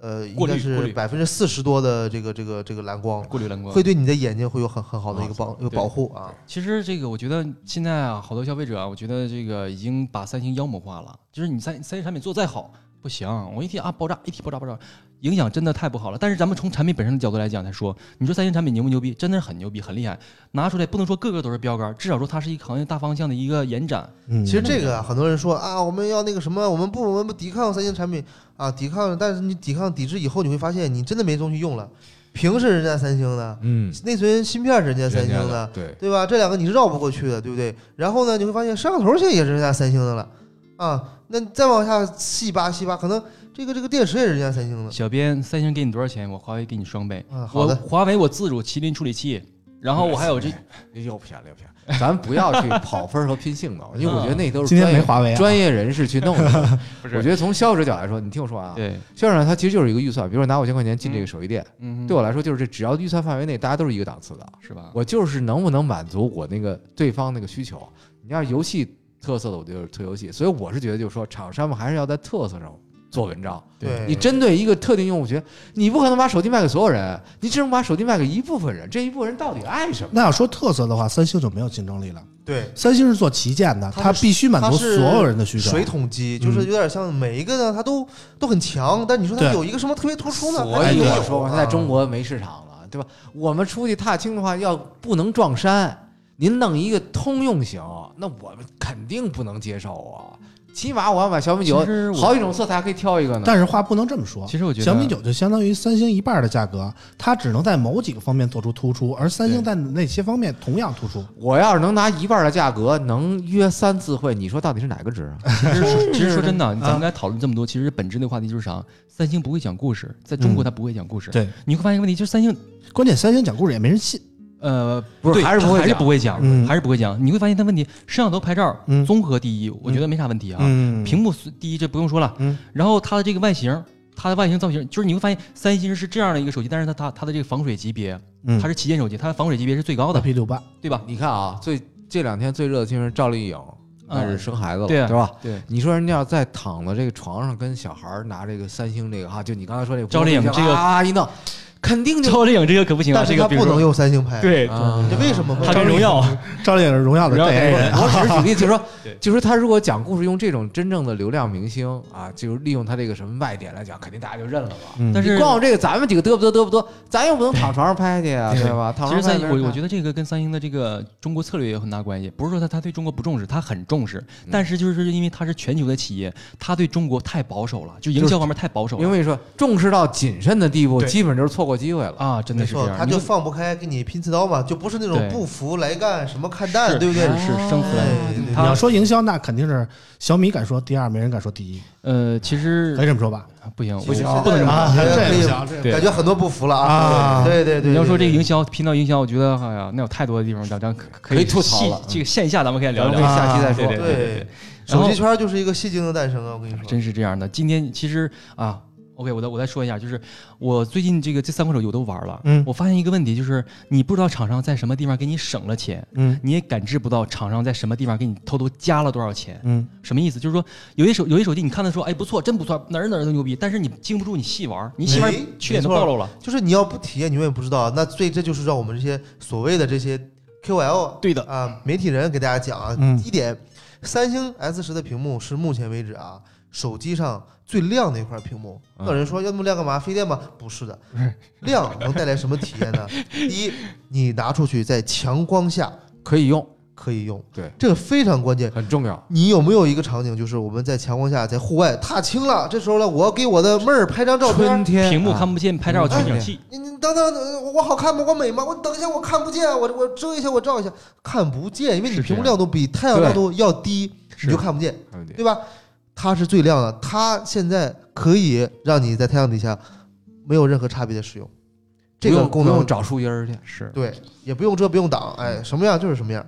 S4: 呃，应
S3: 过滤
S4: 该
S3: 过
S4: 是
S3: 滤
S4: 百分之四十多的这个这个这个蓝光，
S3: 过滤蓝光
S4: 会对你的眼睛会有很很好的一个
S3: 啊
S4: 保一个
S3: 对
S4: 保护啊。
S3: 其实这个，我觉得现在啊，好多消费者啊，我觉得这个已经把三星妖魔化了。就是你三三星产品做再好不行，我一提啊爆炸，一提爆炸爆炸，影响真的太不好了。但是咱们从产品本身的角度来讲来说，你说三星产品牛不牛逼？真的是很牛逼，很厉害。拿出来不能说个个都是标杆，至少说它是一个行业大方向的一个延展。
S1: 嗯，
S4: 其实这个啊，很多人说啊，我们要那个什么，我们不我们不抵抗三星产品啊，抵抗，但是你抵抗抵制以后，你会发现你真的没东西用了，屏是人家三星的，
S2: 嗯，
S4: 内存芯片是人家三星
S2: 人家
S4: 的，
S2: 对，
S4: 对吧？这两个你是绕不过去的，对不对？然后呢，你会发现摄像头现在也是人家三星的了，啊，那你再往下细扒细扒，可能这个这个电池也是人家三星的，
S3: 小编，三星给你多少钱，我华为给你双倍。
S4: 啊，好
S3: 我
S4: 的，
S3: 华为我自主麒麟处理器，然后哦我还有这
S2: 哎又偏了又偏了。咱不要去跑分儿和拼性能，因为我
S3: 嗯
S2: 觉得那都是
S1: 今天
S2: 专业
S1: 没华为啊
S2: 专业人士去弄
S3: [laughs]
S2: 的。我觉
S3: 得
S2: 得从消费者角度来说，你听我说啊，
S3: 对，
S2: 消费者他其实就是一个预算，比如说拿五千块钱进这个手机店，
S3: 嗯，
S2: 对我来说就是这只要预算范围内，大家都是一个档次的。
S3: 是吧？
S2: 我就是能不能满足我那个对方那个需求。你要是游戏特色的，我就是推游戏。所以我是觉得，就是说，厂商们还是要在特色上做文章。
S4: 对，
S2: 你针对一个特定用户群，你不可能把手机卖给所有人，你只能把手机卖给一部分人。这一部分人到底爱什么？
S1: 那要说特色的话，三星就没有竞争力了。
S4: 对。
S1: 三星是做旗舰的，
S4: 它是
S1: 它必须满足所有人的需求。
S4: 水桶机就是
S3: 嗯
S4: 有点像每一个呢，它都都很强，但你说它
S1: 对
S4: 有一个什么特别突出呢？
S2: 所
S4: 它也
S2: 以
S4: 没有
S2: 我说嘛，
S4: 啊
S2: 它在中国没市场了，对吧？我们出去踏青的话，要不能撞衫，您弄一个通用型，那我们肯定不能接受啊。起码我要买小米九
S3: 其实，我
S2: 好几种色彩还可以挑一个呢。
S1: 但是话不能这么说，
S3: 其实我觉得
S1: 小米九就相当于三星一半的价格，它只能在某几个方面做出突出，而三星在那些方面同样突出。
S2: 我要是能拿一半的价格，能约三次会，你说到底是哪个值啊？
S3: 其实说，其实说真的，咱们刚才讨论这么多，其实本质那个话题就是啥？三星不会讲故事，在中国
S1: 嗯
S3: 它不会讲故事。
S1: 对，
S3: 你会发现一个问题，就是三星，
S1: 关键三星讲故事也没人信。
S3: 呃，
S2: 不是
S3: 对
S2: 还是
S3: 它
S2: 不会
S3: 还是
S2: 讲
S3: 不会讲，
S1: 嗯
S3: 还是不会讲。你会发现它问题，摄像头拍照
S1: 嗯
S3: 综合第一，我觉得没啥问题啊。
S1: 嗯
S3: 屏幕是第一这不用说了
S1: 嗯，
S3: 然后它的这个外形。它的外形造型就是你会发现，三星是这样的一个手机，但是它它它的这个防水级别，
S1: 嗯
S3: 它是旗舰手机，它的防水级别是最高的，
S1: P 六八，
S3: 对吧？
S2: 你看啊，最这两天最热的新闻，赵丽颖那是生孩子了，
S3: 对啊
S2: 对吧？
S3: 对，
S2: 你说人家要再躺到这个床上跟小孩儿拿这个三星这个哈，就你刚才说这个
S3: 赵丽颖这个
S2: 啊一弄，肯定就 [laughs]
S3: 赵丽颖这个可不行啊，
S4: 但
S3: 这
S4: 是
S3: 个
S4: 它
S3: 比如
S4: 不能
S3: 说
S4: 用三星拍，，
S3: 对，
S2: 啊
S4: 你这为什么会？
S3: 它跟荣耀
S1: 赵丽颖是荣耀的哎
S3: 荣耀
S1: 代言人。
S2: 我只是举例，就是说
S3: 对，
S2: [laughs] 就是说他如果讲故事用这种真正的流量明星啊，就是利用他这个什么卖点来讲，肯定大家就认了吧。
S1: 嗯
S3: 但是
S2: 你光有这个，咱们几个嘚不嘚嘚不嘚，咱又不能躺床上拍去啊，
S1: 对
S2: 对吧？躺床
S3: 其实
S2: 上
S3: 三
S2: 拍
S3: 星，我我觉得这个跟三星的这个中国策略也有很大关系。不是说他他对中国不重视，他很重视，但是就是因为他是全球的企业，他对中国太保守了，就营销方面太保守
S2: 因
S3: 了。
S2: 为说重视到谨慎的地步，
S3: 对
S2: 基本就是错过机会了。
S3: 啊，真
S4: 没
S3: 的是这
S4: 错，
S3: 样，
S4: 他就
S3: 你
S4: 放不开，跟你拼刺刀嘛，就不是那种
S3: 对
S4: 不服来干什么看淡，对不对？
S3: 是是生死来
S4: 哎对
S1: 你要
S3: 他
S1: 说营销，那肯定是小米敢说第二，没人敢说第一，
S3: 呃，其实啊
S1: 可以这么说吧？
S3: 不行，
S4: 不行
S3: 我不能这么
S1: 啊，
S4: 哎呀
S1: 这
S4: 可以
S1: 不行，这
S3: 对
S4: 感觉很多不服了
S1: 啊
S4: 对对对对，
S3: 你要说这
S4: 对
S3: 个营销，频道营销，我觉得哎呀，那有太多的地方，咱咱可可
S2: 可以
S3: 以
S2: 吐槽
S3: 细
S2: 了
S3: 这个线下咱们可以聊
S2: 咱
S3: 聊
S2: 们可
S3: 啊
S2: 以，下期再
S3: 对
S2: 说
S3: 对
S4: 对
S3: 对，嗯然
S4: 手
S3: 后
S4: 机圈就是一个戏精的诞生啊！我跟你说，
S3: 真是这样的。今天其实啊，OK，我再我再说一下，就是我最近这个这三款手机我都玩了，
S1: 嗯
S3: 我发现一个问题，就是你不知道厂商在什么地方给你省了钱，
S1: 嗯，
S3: 你也感知不到厂商在什么地方给你偷偷加了多少钱，
S1: 嗯，
S3: 什么意思？就是说有些手有些手机你看的说，哎，不错，真不错，哪儿哪儿都牛逼，但是你经不住你细玩，你细玩
S4: 哎
S3: 缺点都
S4: 没错
S3: 暴露了。
S4: 就是你要不体验，你永远不知道。那最这就是让我们这些所谓的这些 QL
S3: 对的
S4: 啊媒体人给大家讲啊，
S1: 嗯
S4: 一点，三星 S 十的屏幕是目前为止啊手机上最亮的一块屏幕。
S2: 嗯
S4: 那有人说要那么亮干嘛？费电吗？不是
S3: [laughs]
S4: 的，亮能带来什么体验呢？第一，你拿出去在强光下
S2: 可以用，
S4: 可以用，
S2: 对，
S4: 这个非常关键。
S2: 很重要。
S4: 你有没有一个场景，就是我们在强光下，在户外踏青了，这时候呢，我要给我的妹儿拍张照片，
S2: 春天
S3: 屏幕
S2: 啊
S3: 看不见，拍照全景器。
S4: 你你等等，呃我好看吗？我美吗？我等一下，我看不见，我我遮一下，我照一下，看不见，因为你
S3: 是这
S4: 屏幕
S3: 样
S4: 亮度比太阳亮度要低，你就看不见，
S2: 看不见
S4: 对吧？它是最亮的，它现在可以让你在太阳底下没有任何差别的使用，这
S2: 不
S4: 个
S2: 用
S4: 功
S2: 不
S4: 能
S2: 用找树荫儿去，是
S4: 对，也不用遮不用挡，哎，什么样就是什么样。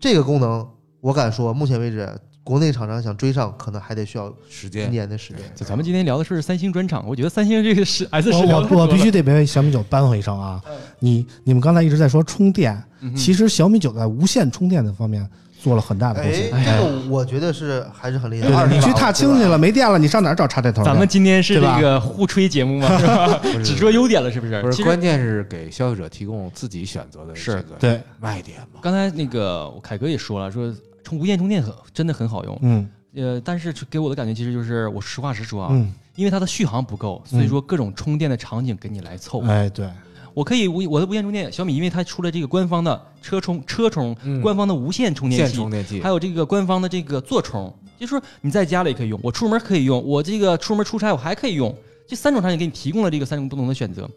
S4: 这个功能，我敢说，目前为止，国内厂商想追上，可能还得需要
S2: 时
S4: 一
S2: 间。
S4: 年的时间。
S3: 就咱们今天聊的是三星专场，我觉得三星这个嗯是 S 十
S1: 我我我必须得为小米九扳回一城啊！你你们刚才一直在说充电，
S3: 嗯
S1: 其实小米九在无线充电的方面做了很大的贡
S4: 哎
S1: 献。，
S4: 这个我觉得是还是很厉害
S1: 对
S4: 的。
S1: 你去踏青去
S4: 了。
S1: 了，没电了，你上哪儿找插电头去？
S3: 咱们今天是
S1: 对吧
S3: 这个互吹节目嘛，是吧？ [laughs] 只说优点了，是不是？
S2: 不
S3: 其
S2: 是，
S3: 实
S2: 关键是给消费者提供自己选择的这
S3: 是
S2: 个
S1: 对，
S2: 卖点嘛。
S3: 刚才那个凯哥也说了，说充无线充电很真的很好用。
S1: 嗯
S3: 呃，但是给我的感觉其实就是，我实话实说啊，
S1: 嗯，
S3: 因为它的续航不够，所以说各种充电的场景给你来凑。
S1: 哎对，
S3: 我可以无我的无线充电，小米因为它出了这个官方的车充、车充、
S2: 嗯
S3: 官方的无线充电
S2: 线
S3: 器，
S2: 充电器
S3: 还有这个官方的这个座充，就是说你在家里也可以用，我出门可以用，我这个出门出差我还可以用，这三种场景给你提供了这个三种不同的选择。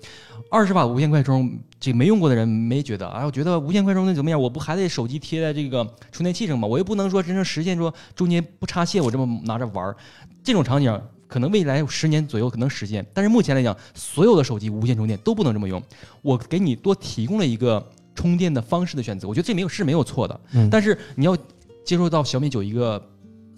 S3: 二十瓦无线快充，这没用过的人没觉得啊，我觉得无线快充那怎么样？我不还得手机贴在这个充电器上吗？我又不能说真正实现说中间不插线，我这么拿着玩儿，这种场景。啊可能未来十年左右可能实现，但是目前来讲，所有的手机无线充电都不能这么用。我给你多提供了一个充电的方式的选择，我觉得这没有是没有错的。
S1: 嗯
S3: 但是你要接受到小米九一个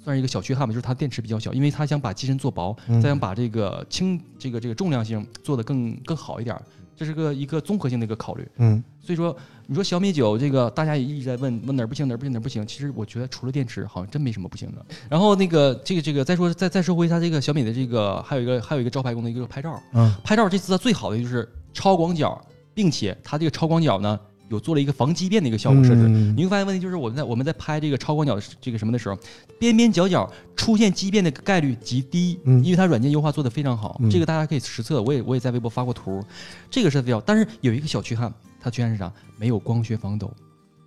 S3: 算是一个小缺憾吧，就是它电池比较小，因为它想把机身做薄，
S1: 嗯
S3: 再想把这个轻这个这个重量性做得更更好一点儿，这是个一个综合性的一个考虑。
S1: 嗯
S3: 所以说，你说小米九这个，大家也一直在问问哪儿不行哪儿不行哪儿不行。其实我觉得除了电池，好像真没什么不行的。然后那个这个这个再说再再说回它这个小米的这个还有一个还有一个招牌功能，一个拍照。
S1: 嗯，
S3: 拍照这次它最好的就是超广角，并且它这个超广角呢有做了一个防畸变的一个效果设置。
S1: 嗯
S3: 你会发现问题就是我们在我们在拍这个超广角的时这个什么的时候，边边角角出现畸变的概率极低，
S1: 嗯
S3: 因为它软件优化做得非常好，
S1: 嗯
S3: 这个大家可以实测，我也我也在微博发过图，这个是比较，但是有一个小缺憾，它缺憾是啥？没有光学防抖，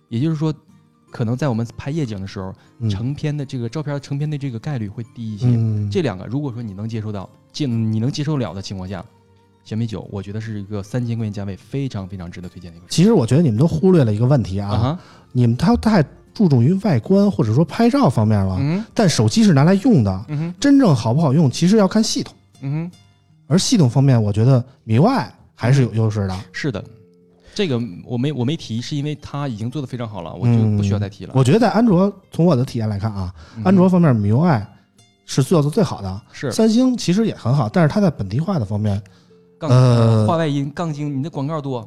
S3: 也就是说。可能在我们拍夜景的时候，
S1: 嗯
S3: 成片的这个照片成片的这个概率会低一些。
S1: 嗯，
S3: 这两个，如果说你能接受到，这你能接受了的情况下，小米九，我觉得是一个三千块钱价位非常非常值得推荐的一个手机
S1: 其实我觉得你们都忽略了一个问题啊，
S3: 哈，
S1: 你们太太注重于外观或者说拍照方面了，
S3: 嗯
S1: 但手机是拿来用的，
S3: 嗯哼
S1: 真正好不好用其实要看系统，
S3: 嗯哼。
S1: 而系统方面，我觉得米 Y 还是有优势的。
S3: 是的，这个我没我没提，是因为它已经做得非常好了，我就
S1: 嗯
S3: 不需要再提了。
S1: 我觉得在安卓，从我的体验来看啊，
S3: 嗯
S1: 安卓方面米 UI 是做的最好的。
S3: 是
S1: 三星其实也很好，但是它在本地化的方面，
S3: 杠
S1: 呃
S3: 话外音杠精，你的广告多，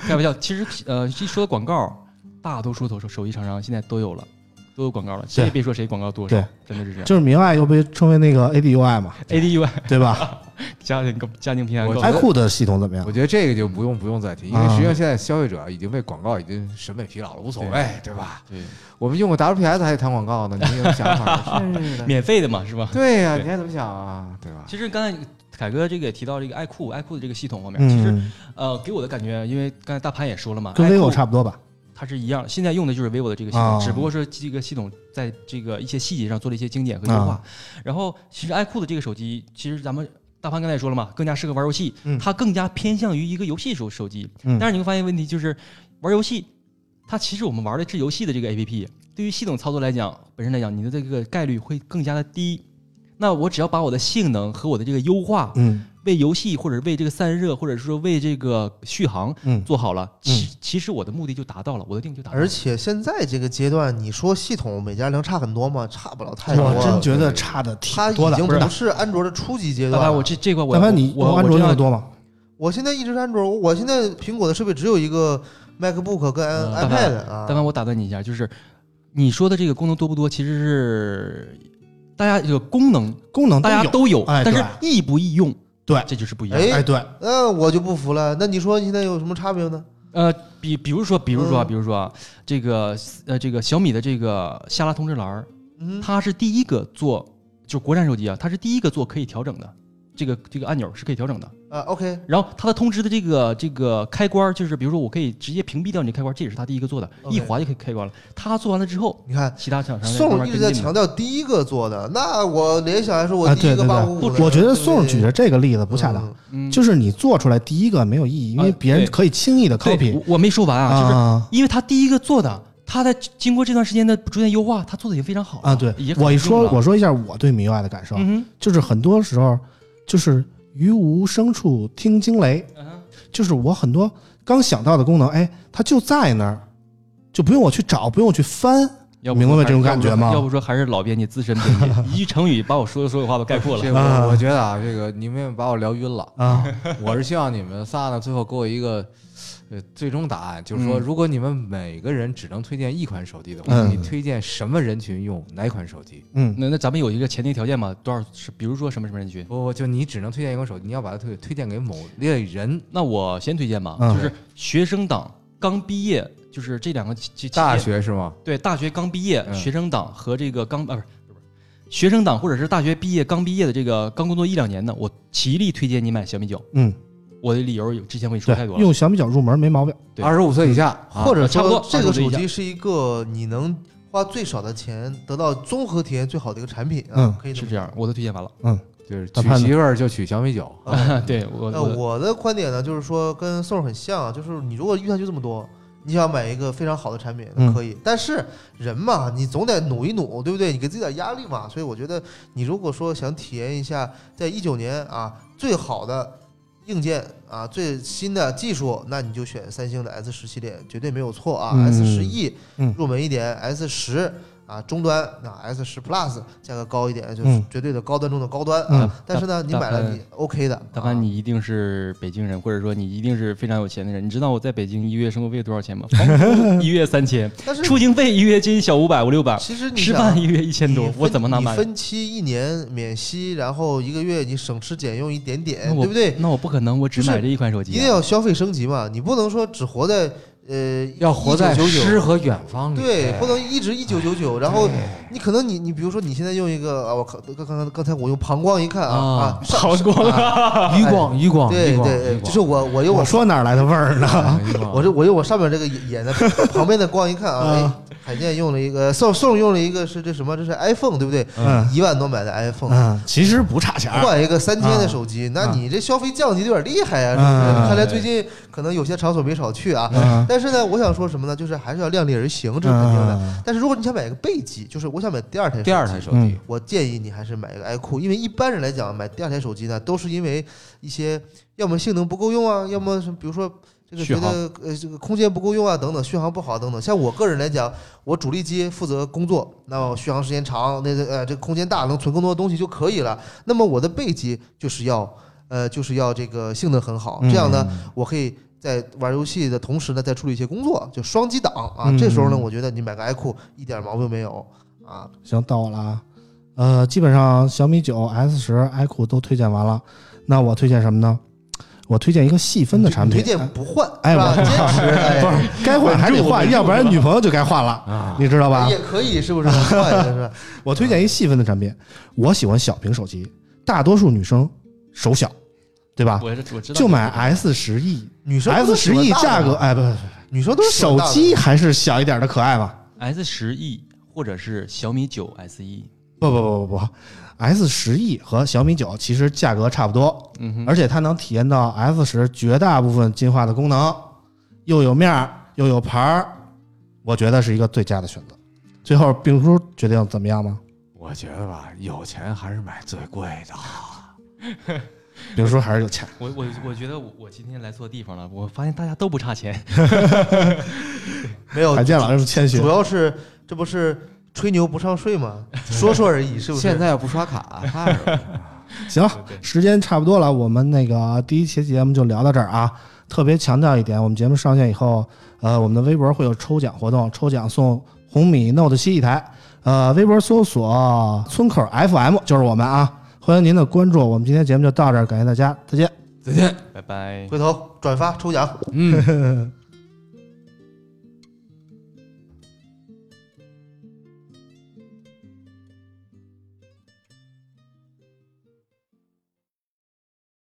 S3: 开玩笑。其实呃，一说到广告，大多数手手机厂商现在都有了。都有广告了，谁也别说谁广告多少
S1: 对，
S3: 真的是这样。哎
S1: 就是米 UI 又被称为那个 ADUI 嘛，
S3: ADUI
S1: 对吧？
S3: 家庭家庭平安
S2: 我
S3: 购
S2: 觉得
S1: 爱酷的系统怎么样
S2: 我？觉得这个就不用不用再提，因为
S1: 啊
S2: 实际上现在消费者已经被广告已经审美疲劳了，无所谓，对吧？
S3: 对
S2: 我们用过 WPS 还得谈广告呢，你有想法？
S3: [laughs]
S2: 是的
S3: 免费的嘛，是吧？
S2: 对呀，
S3: 对
S2: 你还怎么想啊？对吧？
S3: 其实刚才凯哥这个也提到这个爱酷，爱酷的这个系统方面，其实
S1: 嗯，
S3: 呃给我的感觉，因为刚才大盘也说了嘛，
S1: 跟 vivo
S3: 爱酷
S1: 差不多吧？
S3: 它是一样，现在用的就是 vivo 的这个系统，
S1: 啊
S3: 只不过是这个系统
S1: 啊
S3: 在这个一些细节上做了一些精简和优化。然后，其实 iQOO 的这个手机，其实咱们大潘刚才也说了嘛，更加适合玩游戏，
S1: 嗯
S3: 它更加偏向于一个游戏手手机。
S1: 嗯
S3: 但是你会发现问题就是，玩游戏，它其实我们玩的是游戏的这个 APP，对于系统操作来讲，本身来讲，你的这个概率会更加的低。那我只要把我的性能和我的这个优化，
S1: 嗯
S3: 为游戏或者为这个散热，或者是说为这个续航
S1: 嗯
S3: 做好了，其其实我的目的就达到了，我的定就达到了。
S4: 而且现在这个阶段，你说系统每家能差很多吗？差不了太多
S1: 我真
S4: 了。
S1: 觉得差的挺
S4: 它
S1: 多
S4: 已
S1: 的，
S4: 经
S1: 不是
S4: 不是安卓的初级阶
S3: 大
S4: 段
S3: 潘，
S4: 了。
S3: 我这这块我
S1: 但凡你
S3: 我我
S1: 安卓
S3: 这
S1: 用的
S3: 样
S1: 多吗？
S4: 我现在一直是安卓，我现在苹果的设备只有一个 MacBook 跟
S3: 嗯
S4: iPad
S3: 但
S4: 啊。
S3: 凡我打断你一下，就是你说的这个功能多不多，其实是大家这个功能
S1: 功能
S3: 大家
S1: 有，
S3: 都有，
S1: 哎
S3: 但是
S1: 对
S3: 易不易用，
S1: 对
S3: 这就是不一样。
S4: 哎
S1: 哎，对，
S4: 那我就不服了。那你说现在有什么差别呢？
S3: 呃，比比如说，比如说啊，
S4: 嗯
S3: 比如说啊，这个呃，这个小米的这个下拉通知栏儿，
S4: 嗯，
S3: 它是第一个做，就国产手机啊，它是第一个做可以调整的，这个这个按钮是可以调整的。
S4: 啊，OK，
S3: 然后它的通知的这个这个开关儿，就是比如说我可以直接屏蔽掉你的开关儿，这也是它第一个做的，
S4: OK
S3: 一滑就可以开关了。它做完了之后，
S4: 你看
S3: 其他厂商在慢
S4: 宋
S3: 慢
S4: 一直
S3: 跟
S4: 在
S3: 进的
S4: 强调第一个做的，那我联想还是我
S1: 啊
S4: 第
S1: 对
S4: 一
S1: 对
S4: 个八五五
S1: 对，我觉得宋举的这个例子不恰当，
S3: 嗯，
S1: 就是你做出来第一个没有意义，因为
S3: 啊
S1: 别人
S3: 对
S1: 可以轻易的
S3: 对
S1: copy
S3: 我我没说完啊，就是
S1: 啊
S3: 因为他第一个做的，他在经过这段时间的逐渐优化，他做的已经非常好了
S1: 啊！对
S3: 也，很
S1: 我一
S3: 用
S1: 说
S3: 了
S1: 我说一下我对 MIUI 的感受，啊
S3: 嗯
S1: 就是很多时候就是于无声处听惊雷，
S3: 哼，嗯
S1: 就是我很多刚想到的功能，哎，它就在那儿，就不用我去找，不用我去翻。
S3: 要
S1: 明白
S3: 说
S1: 这种
S3: 还
S1: 感觉吗
S3: 要不说还是老编辑资深编 [laughs] 辑，一句成语把我说的所有话都概括 [laughs] 了。
S2: 这
S1: 啊
S2: 我我觉得啊，这个你们也把我聊晕了。
S1: 啊，
S2: [laughs] 我是希望你们仨呢，最后给我一个呃最终答案，就是说，
S3: 嗯
S2: 如果你们每个人只能推荐一款手机的话，
S1: 嗯
S2: 你推荐什么人群用哪款手机？
S1: 嗯，
S3: 那那咱们有一个前提条件嘛，多少是比如说什么什么人群？
S2: 不不，就你只能推荐一款手机，你要把它推推荐给某类人。
S3: 那我先推荐吧，
S1: 嗯
S3: 就是学生党刚毕业，就是这两个期期
S2: 大
S3: 间
S2: 学是吗？
S3: 对大学刚毕业、
S2: 嗯
S3: 学生党和这个刚啊不是。不是学生党或者是大学毕业刚毕业的这个刚工作一两年的，我极力推荐你买小米九。
S1: 嗯，
S3: 我的理由有之前我也说
S1: 对
S3: 太多，了。
S1: 用小米九入门没毛病。
S3: 对
S2: 二十五岁以下，啊
S4: 或者
S3: 差不
S4: 说
S3: 多
S4: 这个
S3: 25
S4: 手
S3: 以
S4: 机
S3: 下
S4: 是一个你能花最少的钱得到综合体验最好的一个产品
S1: 嗯
S4: 啊，可以
S3: 是
S4: 么
S3: 这样，我的推荐完了。
S2: 就是娶
S1: 大潘呢
S2: 媳妇儿就娶小米九。
S4: 啊
S3: [laughs] 对我
S4: 那
S3: 我
S4: 我的观点呢，就是说跟宋儿很像啊，就是你如果预算就这么多，你想买一个非常好的产品，那
S1: 嗯
S4: 可以。但是人嘛，你总得努一努，对不对？你给自己点压力嘛。所以我觉得，你如果说想体验一下，在一九年啊最好的硬件啊最新的技术，那你就选三星的 S 十系列，绝对没有错啊。
S1: 嗯
S4: S 十 E
S1: 嗯
S4: 入门一点，S 十。啊，终端啊，S 十 Plus 价格高一点，就是
S1: 嗯
S4: 绝对的高端中的高端啊。
S1: 嗯
S4: 但是呢，你
S3: 大
S4: 买了
S3: 大
S4: 你 OK 的。
S3: 大
S4: 啊
S3: 凡你一定是北京人，或者说你一定是非常有钱的人。你知道我在北京一月生活费多少钱吗？房租一月三千，
S4: 但是
S3: 出行费一月接近小五百五六百，
S4: 其实你
S3: 吃
S4: 想
S3: 饭一月一千
S4: 你
S3: 多，
S4: 分
S3: 我怎么拿
S4: 你
S3: 买？
S4: 分期一年免息，然后一个月你省吃俭用一点点
S3: 那，我嗯
S4: 对不对？
S3: 那我不可能，我
S4: 就
S3: 只
S4: 是
S3: 买这一款手机
S4: 一
S3: 啊。
S4: 定要消费升级嘛，你不能说只活在呃
S2: 要活在诗
S4: 1999。
S2: 和远方里。哎
S4: 对，不能一直一九九九，然后你可能你你比如说你现在用一个啊，我靠，刚刚刚刚才我用膀胱一看
S2: 啊
S4: 啊啊，膀胱啊，
S2: 余光，余光，
S4: 对
S2: 余光，
S4: 对，就是我我用
S1: 我说哪儿来的味儿呢？ [laughs]
S2: 哎
S4: 我这我用我上面这个眼的旁边的光一看啊，哎，海健用了一个宋宋用了一个是这什么？这是 iPhone 对不对？
S1: 嗯
S4: 一万多买的 iPhone，
S1: 嗯，其实不差钱儿。
S4: 换一个三千的手机，那
S1: 啊
S4: 你这消费降级的有点厉害呀、是不
S1: 啊
S4: 是？看来最近可能有些场所没少去啊。
S1: 嗯，
S4: 但是呢，我想说什么呢？就是还是要量力而行，这是肯定的。
S1: 嗯
S4: 但是如果你想买一个备机，就是我想买第二台手机
S2: 第二台手
S1: 嗯
S2: 机，
S4: 我建议你还是买一个 iQOO，因为一般人来讲买第二台手机呢，都是因为一些要么性能不够用啊，要么是比如说这个
S3: 续
S4: 觉
S3: 航
S4: 得呃这个空间不够用啊等等，续航不好等等。像我个人来讲，我主力机负责工作，那么续航时间长，那个呃这个空间大，能存更多的东西就可以了。那么我的备机就是要呃就是要这个性能很好，
S3: 嗯
S4: 这样呢我可以。在玩游戏的同时呢，再处理一些工作，就双击档
S3: 嗯
S4: 啊。这时候呢，我觉得你买个 iQOO 一点毛病没有啊。
S1: 行，到我了啊。呃，基本上小米九、S 十、iQOO 都推荐完了，那我推荐什么呢？我推荐一个细分的产品，
S4: 推荐不换，
S1: 哎
S4: 是吧
S1: 我 [laughs]
S4: 坚持，
S1: 不
S4: 哎，
S1: 是该换还得换，要不然女朋友就该换
S2: 嗯
S1: 了，
S2: 啊
S1: 你知道吧？
S4: 也可以，是不是？换一
S1: [laughs]
S4: 个是吧？
S1: 我推荐一细分的产品，我喜欢小屏手机，大多数女生手小，对吧？
S3: 我这我知道，
S1: 就买 S 十 E
S4: 女生
S1: ，S 十 E 价格，哎不，不
S4: 女生都是喜欢
S1: 手
S4: 大的
S1: 机还是小一点的可爱嘛。
S3: S 十 E 或者是小米九 SE，
S1: 不不不不不，S 十 E 和小米九其实价格差不多，
S3: 嗯哼，
S1: 而且它能体验到 S 十绝大部分进化的功能，又有面儿又有牌儿，我觉得是一个最佳的选择。最后，病叔决定怎么样吗？
S2: 我觉得吧，有钱还是买最贵的。
S1: 病叔还是有钱。
S3: 我我我觉得我我今天来错地方了，我发现大家都不差钱，
S4: 没有
S3: 哦
S1: 海，建老师谦虚
S4: 主，要是这不是吹牛不上税
S1: [laughs]
S4: 吗？说说而已，是不是？
S2: 现在要不刷卡，怕什
S1: 行，
S2: 么？
S1: 时间差不多了，我们那个第一期节目就聊到这儿啊。特别强调一点，我们节目上线以后，呃，我们的微博会有抽奖活动，抽奖送红米 Note 七一台。呃，微博搜索“村口 FM” 就是我们啊，欢迎您的关注。我们今天节目就到这儿，感谢大家，再见。
S2: 再见。
S3: 拜拜。
S4: 回头转发抽奖。
S2: 嗯。